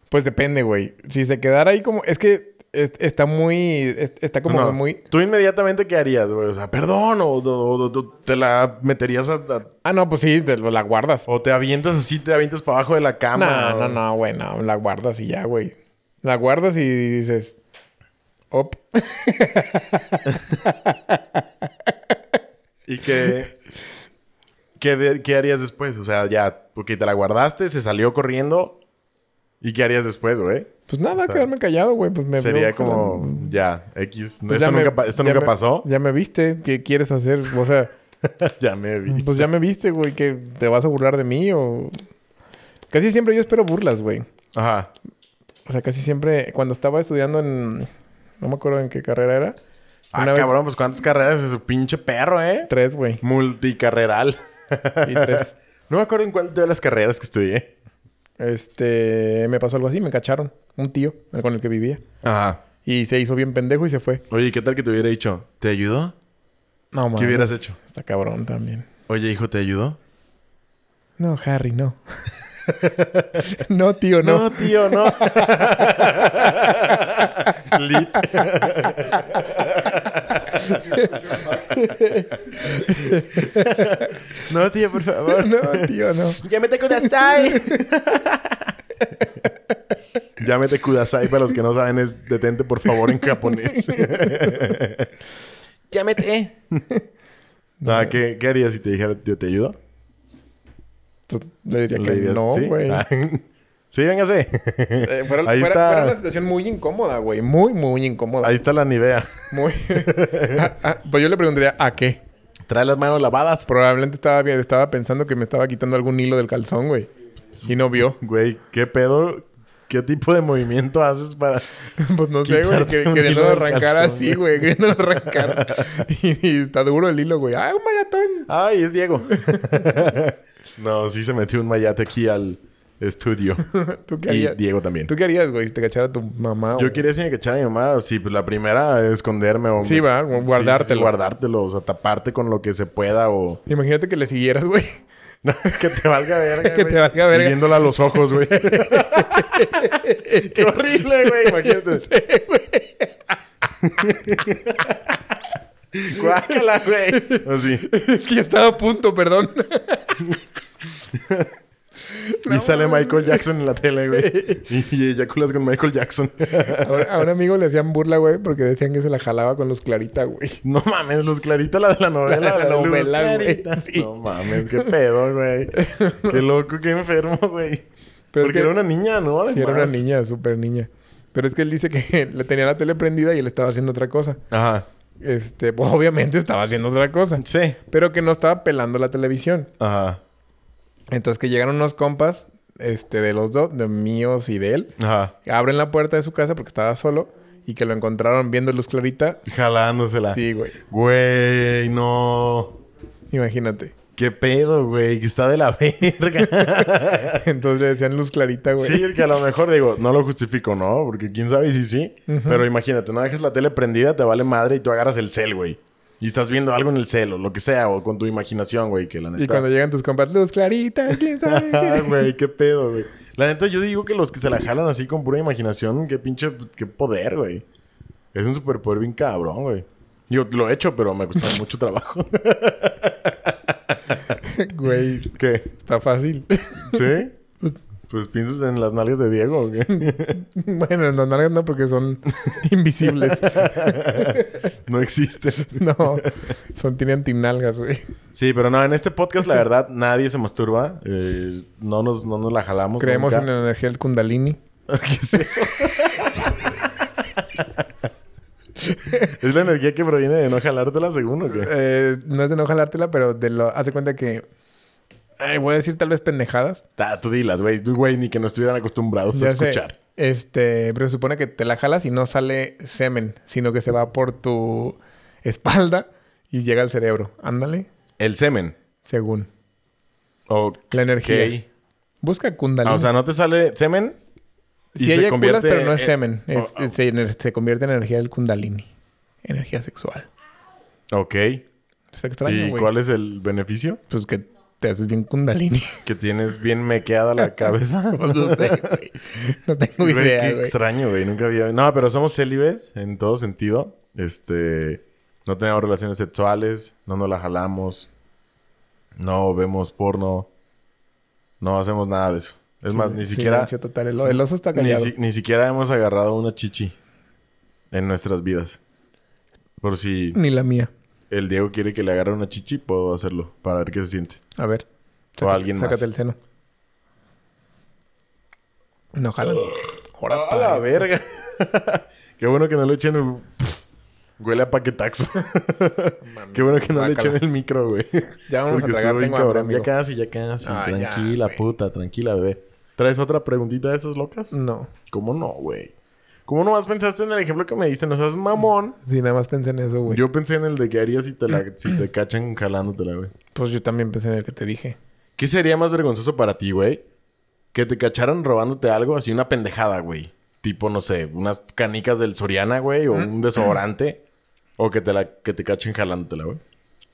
S1: Pues depende, güey. Si se quedara ahí como... Es que es- está muy... es- está como
S2: No,
S1: que muy...
S2: ¿Tú inmediatamente qué harías, güey? O sea, perdón, o, o- o- o- te la meterías a- a-
S1: Ah, no, pues sí, te lo- la guardas.
S2: O te avientas así, te avientas para abajo de la cama.
S1: No, no, no, güey, no. La guardas y ya, güey. La guardas y dices... Op.
S2: ¿Y qué, qué, de- qué harías después? O sea, ya, porque te la guardaste, se salió corriendo. ¿Y qué harías después, güey?
S1: Pues nada,
S2: sea,
S1: quedarme callado, güey. Pues me
S2: Sería
S1: veo
S2: como,
S1: jalando.
S2: ya, X.
S1: Pues ya
S2: esto
S1: me-
S2: nunca, pa- esto
S1: ya
S2: nunca
S1: me-
S2: pasó.
S1: Ya me viste. ¿Qué quieres hacer? O sea,
S2: ya me vi.
S1: pues ya me viste, güey. Que te vas a burlar de mí o... Casi siempre yo espero burlas, güey.
S2: Ajá.
S1: O sea, casi siempre... Cuando estaba estudiando en... No me acuerdo en qué carrera era.
S2: Ah,
S1: Una vez-
S2: cabrón, pues cuántas carreras es su pinche perro, ¿eh?
S1: Tres, güey.
S2: Multicarreral.
S1: Y tres.
S2: No me acuerdo en cuál de las carreras que estudié.
S1: Este... Me pasó algo así. Me cacharon. Un tío el con el que vivía.
S2: Ajá.
S1: Y se hizo bien pendejo y se fue.
S2: Oye, ¿qué tal que te hubiera dicho? ¿Te ayudó?
S1: No, mames.
S2: ¿Qué hubieras hecho?
S1: Está cabrón también.
S2: Oye, hijo, ¿te ayudó?
S1: No, Harry, no. no, tío, no.
S2: No, tío, no. Lit. No, tío, por favor.
S1: No, tío, no.
S2: Llámete Kudasai. Llámete Kudasai para los que no saben es detente por favor en japonés. Llámete. Nada, ¿qué, qué harías si te dijera, tío, te ayudo?
S1: Pues, le diría
S2: Le
S1: que
S2: dirías,
S1: no,
S2: "Sí".
S1: güey.
S2: Ah. Sí, véngase.
S1: Eh, fuera,
S2: ahí,
S1: fuera-
S2: está,
S1: fuera una situación muy incómoda, güey. Muy, muy incómoda.
S2: ahí está la Nivea.
S1: Muy. Ah, ah, pues yo le preguntaría, ¿a qué?
S2: Trae las manos lavadas.
S1: Probablemente estaba, vi- estaba pensando que me estaba quitando algún hilo del calzón, güey. Y no vio.
S2: Güey, ¿qué pedo? ¿Qué tipo de movimiento haces para...?
S1: Pues no sé, güey.
S2: Quitarte
S1: Que,
S2: un
S1: queriendo
S2: hilo del
S1: arrancar
S2: calzón,
S1: así, güey. Queriendo arrancar. y, y está duro el hilo, güey. ¡Ah, un mayatón!
S2: Ay, es Diego. no, sí se metió un mayate aquí al estudio.
S1: ¿Tú qué
S2: y
S1: harías?
S2: Diego también.
S1: ¿Tú qué harías, güey? Si te cachara tu mamá.
S2: Yo
S1: güey?
S2: quería sin echar a mi mamá. Sí, pues la primera es esconderme o...
S1: Sí, va,
S2: Sí, sí, sí,
S1: guardártelo.
S2: guardártelo. O sea, taparte con lo que se pueda o...
S1: Imagínate que le siguieras, güey.
S2: que te valga verga,
S1: Que
S2: güey.
S1: te valga verga.
S2: Y viéndola a los ojos, güey. Qué horrible, güey. Imagínate. Guácala, güey. Así.
S1: es que ya estaba a punto, perdón.
S2: Y sale Michael Jackson en la tele, güey. Y eyaculas con Michael Jackson.
S1: Ahora- a un amigo le hacían burla, güey, porque decían que se la jalaba con los clarita, güey.
S2: No mames, Luz Clarita, la de la novela.
S1: La de la
S2: Luz
S1: novela, güey.
S2: Clarita.
S1: Sí.
S2: No mames, qué pedo, güey. Qué loco, qué enfermo, güey.
S1: Pero
S2: Porque
S1: es que-
S2: era una niña, ¿no?
S1: Sí, era una
S2: Además.
S1: niña, súper niña. Pero es que él dice que le tenía la tele prendida y él estaba haciendo otra cosa.
S2: Ajá.
S1: Este, pues obviamente estaba haciendo otra cosa.
S2: Sí.
S1: Pero que no estaba pelando la televisión.
S2: Ajá.
S1: Entonces que llegaron unos compas, este, de los dos, de míos y de él.
S2: Ajá.
S1: Abren la puerta de su casa porque estaba solo y que lo encontraron viendo luz clarita.
S2: Jalándosela.
S1: Sí, güey.
S2: Güey, no.
S1: Imagínate.
S2: Qué pedo, güey. Que está de la verga.
S1: Entonces le decían luz clarita, güey.
S2: sí, que a lo mejor digo, no lo justifico, ¿no? Porque quién sabe si sí. Pero imagínate, no dejes la tele prendida, te vale madre y tú agarras el cel, güey. Y estás viendo algo en el cel o lo que sea, o con tu imaginación, güey, que la neta. Ah,
S1: Y cuando llegan tus compas, luz clarita, quién sabe. qué?"
S2: Ay, güey, qué pedo, güey. La neta, yo digo que los que se la jalan así con pura imaginación, qué pinche, qué poder, güey. Es un superpoder bien cabrón, güey. Yo lo he hecho, pero me cuesta mucho trabajo.
S1: Güey,
S2: ¿Qué?
S1: está fácil.
S2: ¿Sí? Pues piensas en las nalgas de Diego, ¿o qué?
S1: Bueno, no, no, no, porque son invisibles.
S2: No existen.
S1: No, son tienen tinalgas, güey.
S2: Sí, pero no, en este podcast, la verdad, nadie se masturba. Eh, no, nos, no nos la jalamos.
S1: Creemos en
S2: nunca.
S1: la energía del Kundalini.
S2: ¿Qué es eso? es la energía que proviene de no jalártela, según o qué.
S1: Eh, no es de no jalártela, pero de lo, haz de cuenta que. Ay, voy a decir tal vez pendejadas.
S2: Ta, tú dilas, güey. Tú, Güey, ni que no estuvieran acostumbrados Pues, a
S1: Ya sé.
S2: escuchar.
S1: Este, pero se supone que te la jalas y no sale semen, sino que se va por tu espalda y llega al cerebro. Ándale,
S2: El semen.
S1: según.
S2: O
S1: La energía. Busca Kundalini.
S2: Ah, o sea, no te sale semen.
S1: Si
S2: y se
S1: ella culas,
S2: convierte
S1: pero no es
S2: en-
S1: semen.
S2: Oh,
S1: Es-
S2: oh.
S1: es- se, ener- se convierte en energía del Kundalini. Energía sexual.
S2: Ok.
S1: Está
S2: ¿Y
S1: extraño, güey.
S2: cuál es el beneficio?
S1: Pues que te haces bien Kundalini.
S2: Que tienes bien mequeada la cabeza.
S1: Pues no sé, güey. No tengo
S2: Güey,
S1: idea,
S2: qué
S1: güey.
S2: extraño, güey. Nunca había... No, pero somos célibes en todo sentido. Este... No tenemos relaciones sexuales. No nos la jalamos. No vemos porno. No hacemos nada de eso. Es más, ni siquiera...
S1: Silencio total. El, el oso está
S2: Ni,
S1: callado.
S2: si- ni siquiera hemos agarrado una chichi en nuestras vidas. Por si
S1: Ni la mía.
S2: el Diego quiere que le agarre una chichi, puedo hacerlo para ver qué se siente.
S1: A ver.
S2: O alguien más.
S1: Sácate el seno. No jalan. Ahora,
S2: ¡A Ah, la
S1: padre.
S2: verga! qué bueno que no lo echen en el... Huele a paquetaxo. qué bueno que no lo
S1: Guácala.
S2: echen en el micro, güey.
S1: Ya vamos
S2: Porque
S1: a
S2: estuvo
S1: tragar.
S2: bien
S1: Tengo hambre,
S2: cabrón. Ya
S1: amigo.
S2: casi, ya casi.
S1: Ah, ya,
S2: tranquila,
S1: güey.
S2: puta. Tranquila, bebé. ¿Traes otra preguntita de esas locas?
S1: No.
S2: ¿Cómo no, güey? ¿Cómo nomás pensaste en el ejemplo que me diste? No seas mamón.
S1: Sí, nada más pensé en eso, güey.
S2: Yo pensé en el de qué harías si te, la, si te cachan jalándotela, güey.
S1: Pues yo también pensé en el que te dije.
S2: ¿Qué sería más vergonzoso para ti, güey? Que te cacharan robándote algo así, una pendejada, güey. Tipo, no sé, unas canicas del Soriana, güey, o un desodorante. O que te, la, que te cachen jalándotela, güey.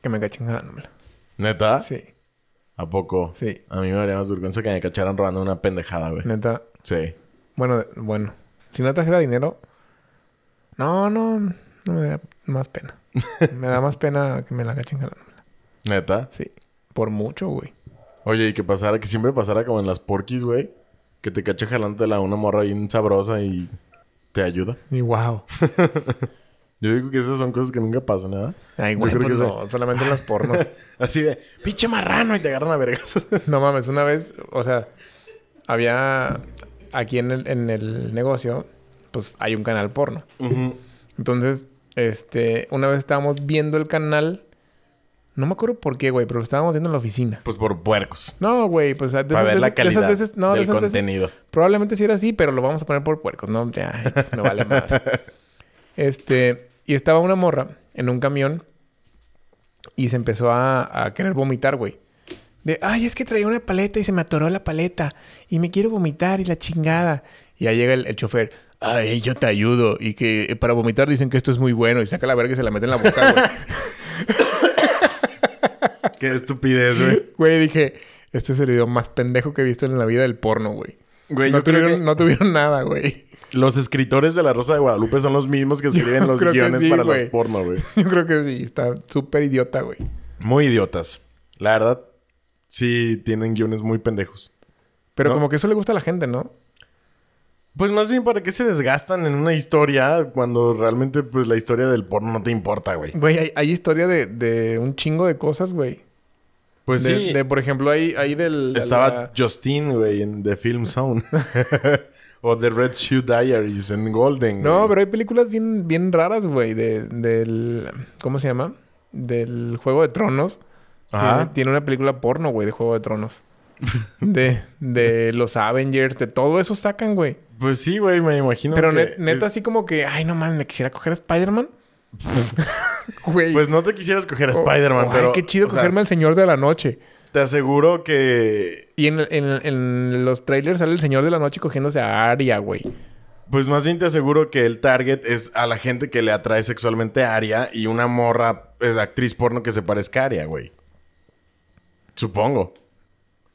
S1: Que me cachen jalándomela.
S2: ¿Neta?
S1: Sí.
S2: ¿A poco?
S1: Sí.
S2: A mí me haría más vergüenza que me cacharan robando una pendejada, güey.
S1: Neta.
S2: Sí.
S1: Bueno, bueno. Si no trajera dinero. No, no. No me da más pena. me da más pena que me la cachen jalándomela.
S2: Neta.
S1: Sí. Por mucho, güey.
S2: Oye, y que pasara, que siempre pasara como en las porquis, güey. Que te cache jalándotela una morra bien sabrosa y te ayuda.
S1: Y wow.
S2: Yo digo que esas son cosas que nunca pasan, ¿verdad?
S1: Ay,
S2: Yo
S1: güey,
S2: creo
S1: pues
S2: que
S1: no, solamente en las pornos.
S2: Así de, pinche marrano y te agarran a vergas.
S1: No mames, una vez, o sea, había aquí en el, en el negocio, pues hay un canal porno.
S2: Ujú.
S1: Entonces, este, una vez estábamos viendo el canal, no me acuerdo por qué, güey, pero lo estábamos viendo en la oficina.
S2: Pues por puercos.
S1: No, güey, pues de esas
S2: Para ver la
S1: veces- de esas
S2: calidad
S1: veces- no, de
S2: del
S1: esas veces-
S2: contenido.
S1: probablemente sí era así, pero lo vamos a poner por puercos, no, ya, me vale madre. Este, y estaba una morra en un camión y se empezó a, a querer vomitar, güey. De, ay, es que traía una paleta y se me atoró la paleta y me quiero vomitar y la chingada. Y ahí llega el, el chofer, ay, yo te ayudo y que eh, para vomitar dicen que esto es muy bueno y saca la verga y se la mete en la boca, güey.
S2: Qué estupidez, güey.
S1: Güey, dije, este es el video más pendejo que he visto en la vida del porno, güey.
S2: Güey,
S1: no,
S2: yo creo
S1: tuvieron,
S2: que-
S1: no tuvieron nada, güey.
S2: Los escritores de La Rosa de Guadalupe son los mismos que escriben los
S1: creo que
S2: guiones
S1: sí,
S2: para
S1: güey.
S2: los porno, güey.
S1: Yo creo que sí, está súper idiota, güey.
S2: Muy idiotas. La verdad, sí tienen guiones muy pendejos.
S1: Pero
S2: ¿No?
S1: como que eso le gusta a la gente, ¿no?
S2: Pues más bien, ¿para qué se desgastan en una historia cuando realmente pues la historia del porno no te importa, güey?
S1: Güey, hay, hay historia de, de un chingo de cosas, güey.
S2: Pues
S1: de,
S2: sí,
S1: de, por ejemplo, ahí, ahí del... de
S2: estaba
S1: la-
S2: Justine, güey, en The Film Zone. o The Red Shoe Diaries en Golden.
S1: No,
S2: güey.
S1: pero hay películas bien, bien raras, güey. De, del... ¿Cómo se llama? Del Juego de Tronos. Tiene,
S2: Ajá.
S1: tiene una película porno, güey, de Juego de Tronos. de, de los Avengers, de todo eso sacan, güey.
S2: Pues sí, güey, me imagino.
S1: Pero
S2: que-
S1: net- neta, así como que, ay, no mames, me quisiera coger a Spider-Man. Güey.
S2: Pues no te quisieras coger a
S1: O-
S2: Spider-Man,
S1: o,
S2: pero.
S1: Oh, Ay, qué chido
S2: o sea,
S1: cogerme al señor de la noche.
S2: Te aseguro que.
S1: Y en, en- en los trailers sale el señor de la noche cogiéndose a Aria, güey.
S2: Pues más bien te aseguro que el target es a la gente que le atrae sexualmente a Aria y una morra es actriz porno que se parezca a Aria, güey. Supongo.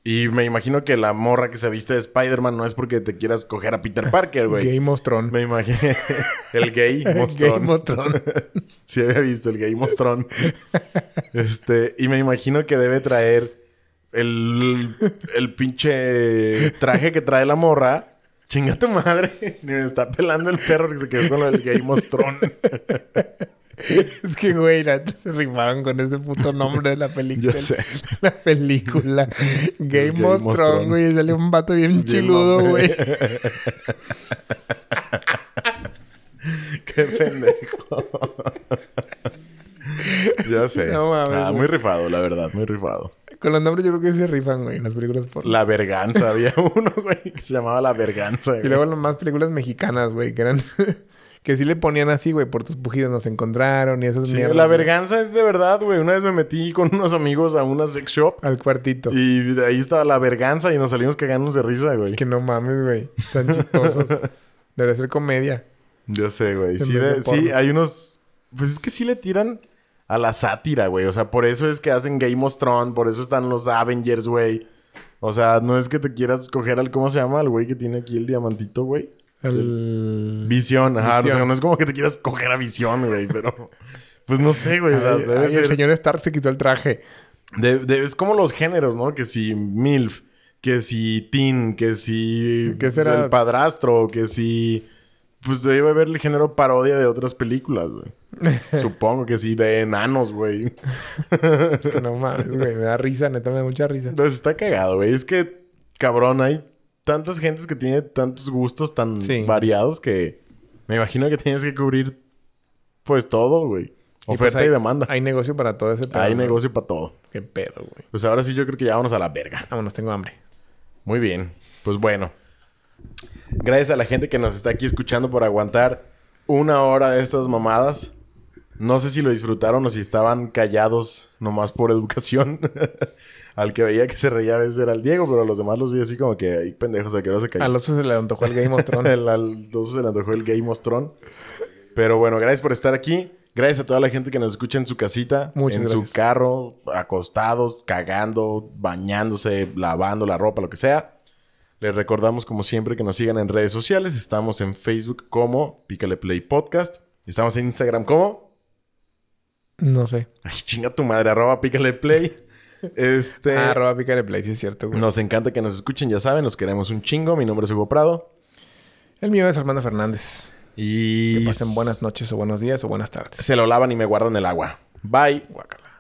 S2: Y me imagino que la morra que se viste de Spider-Man no es porque te quieras coger a Peter Parker, güey.
S1: Gay Mostrón.
S2: Me imagino. El gay
S1: Gay
S2: mostrón.
S1: mostrón.
S2: sí había visto el gay mostrón. Este, y me imagino que debe traer el, el pinche traje que trae la morra. Chinga tu madre. Ni me está pelando el perro que se quedó con lo del gay mostrón.
S1: es que, güey, la neta se rifaron con ese puto nombre de la película.
S2: Yo sé.
S1: La película. Gay
S2: Gay
S1: Mostrón,
S2: Mostrón.
S1: güey. Sale un vato bien chiludo,
S2: mamón.
S1: güey.
S2: Qué pendejo. ya sé.
S1: No mames,
S2: Ah,
S1: güey.
S2: muy rifado, la verdad, muy rifado.
S1: Con los nombres yo creo que se rifan, güey, en las películas por...
S2: La verganza, había uno, güey, que se llamaba La Verganza.
S1: Y
S2: güey.
S1: luego las más películas mexicanas, güey, que eran... que sí le ponían así, güey, por tus pujidos nos encontraron y esas
S2: Sí,
S1: mierdas.
S2: la
S1: güey,
S2: verganza es de verdad, güey. Una vez me metí con unos amigos a una sex shop
S1: Al cuartito.
S2: y de ahí estaba la verganza y nos salimos cagándonos de risa, güey.
S1: Es que no mames, güey. Están chistosos. Debería ser comedia.
S2: Yo sé, güey.
S1: En
S2: Sí,
S1: vez de
S2: de- sí,
S1: porno.
S2: hay unos. Pues es que sí le tiran a la sátira, güey. O sea, por eso es que hacen Game of Thrones, por eso están los Avengers, güey. O sea, no es que te quieras coger al. ¿Cómo se llama? Al güey que tiene aquí el diamantito, güey.
S1: El...
S2: Visión, ajá.
S1: Visión.
S2: O sea, no es como que te quieras coger a visión, güey, pero. Pues no sé, güey. O sea,
S1: Ay,
S2: debe
S1: ay,
S2: ser-
S1: el señor Stark se quitó el traje.
S2: De- de- es como los géneros, ¿no? Que si MILF, que si Teen, que si
S1: ¿Qué será?
S2: el padrastro, que si... Pues debe haber el género parodia de otras películas, güey. Supongo que sí, de enanos, güey.
S1: Es que no mames, güey. Me da risa, neta, me da mucha risa.
S2: Entonces está cagado, güey. Es que, cabrón, hay tantas gentes que tiene tantos gustos tan
S1: Sí.
S2: variados que me imagino que tienes que cubrir, pues, todo, güey.
S1: Y
S2: Oferta y,
S1: pues hay-
S2: demanda. Hay,
S1: Hay negocio para todo ese pedo. ¿no?
S2: negocio para todo.
S1: Qué pedo, güey.
S2: Pues ahora sí yo creo que ya vámonos a la verga.
S1: Vámonos, tengo hambre.
S2: Muy bien, pues bueno. Gracias a la gente que nos está aquí escuchando por aguantar una hora de estas mamadas. No sé si lo disfrutaron o si estaban callados nomás por educación. al que veía que se reía a veces era el Diego, pero a los demás los vi así como que hay pendejos a que no se
S1: Al
S2: cayó.
S1: oso se le antojó el Game of Thrones.
S2: El- Al dos se le antojó el Game of Thrones. Pero bueno, gracias por estar aquí. Gracias a toda la gente que nos escucha en su casita,
S1: Muchas
S2: en
S1: gracias.
S2: su carro, acostados, cagando, bañándose, lavando la ropa, lo que sea. Les recordamos, como siempre, que nos sigan en redes sociales. Estamos en Facebook como Pícale Play Podcast. Estamos en Instagram, ¿cómo?
S1: No sé.
S2: Ay, chinga tu madre, arroba pícale play. Este.
S1: Ah, arroba Pícale Play, sí es cierto, güey.
S2: Nos encanta que nos escuchen, ya saben, los queremos un chingo. Mi nombre es Hugo Prado.
S1: El mío es Armando Fernández.
S2: Y.
S1: Que pasen buenas noches o buenos días o buenas tardes.
S2: Se lo lavan y me guardan el agua. Bye.
S1: Guácala.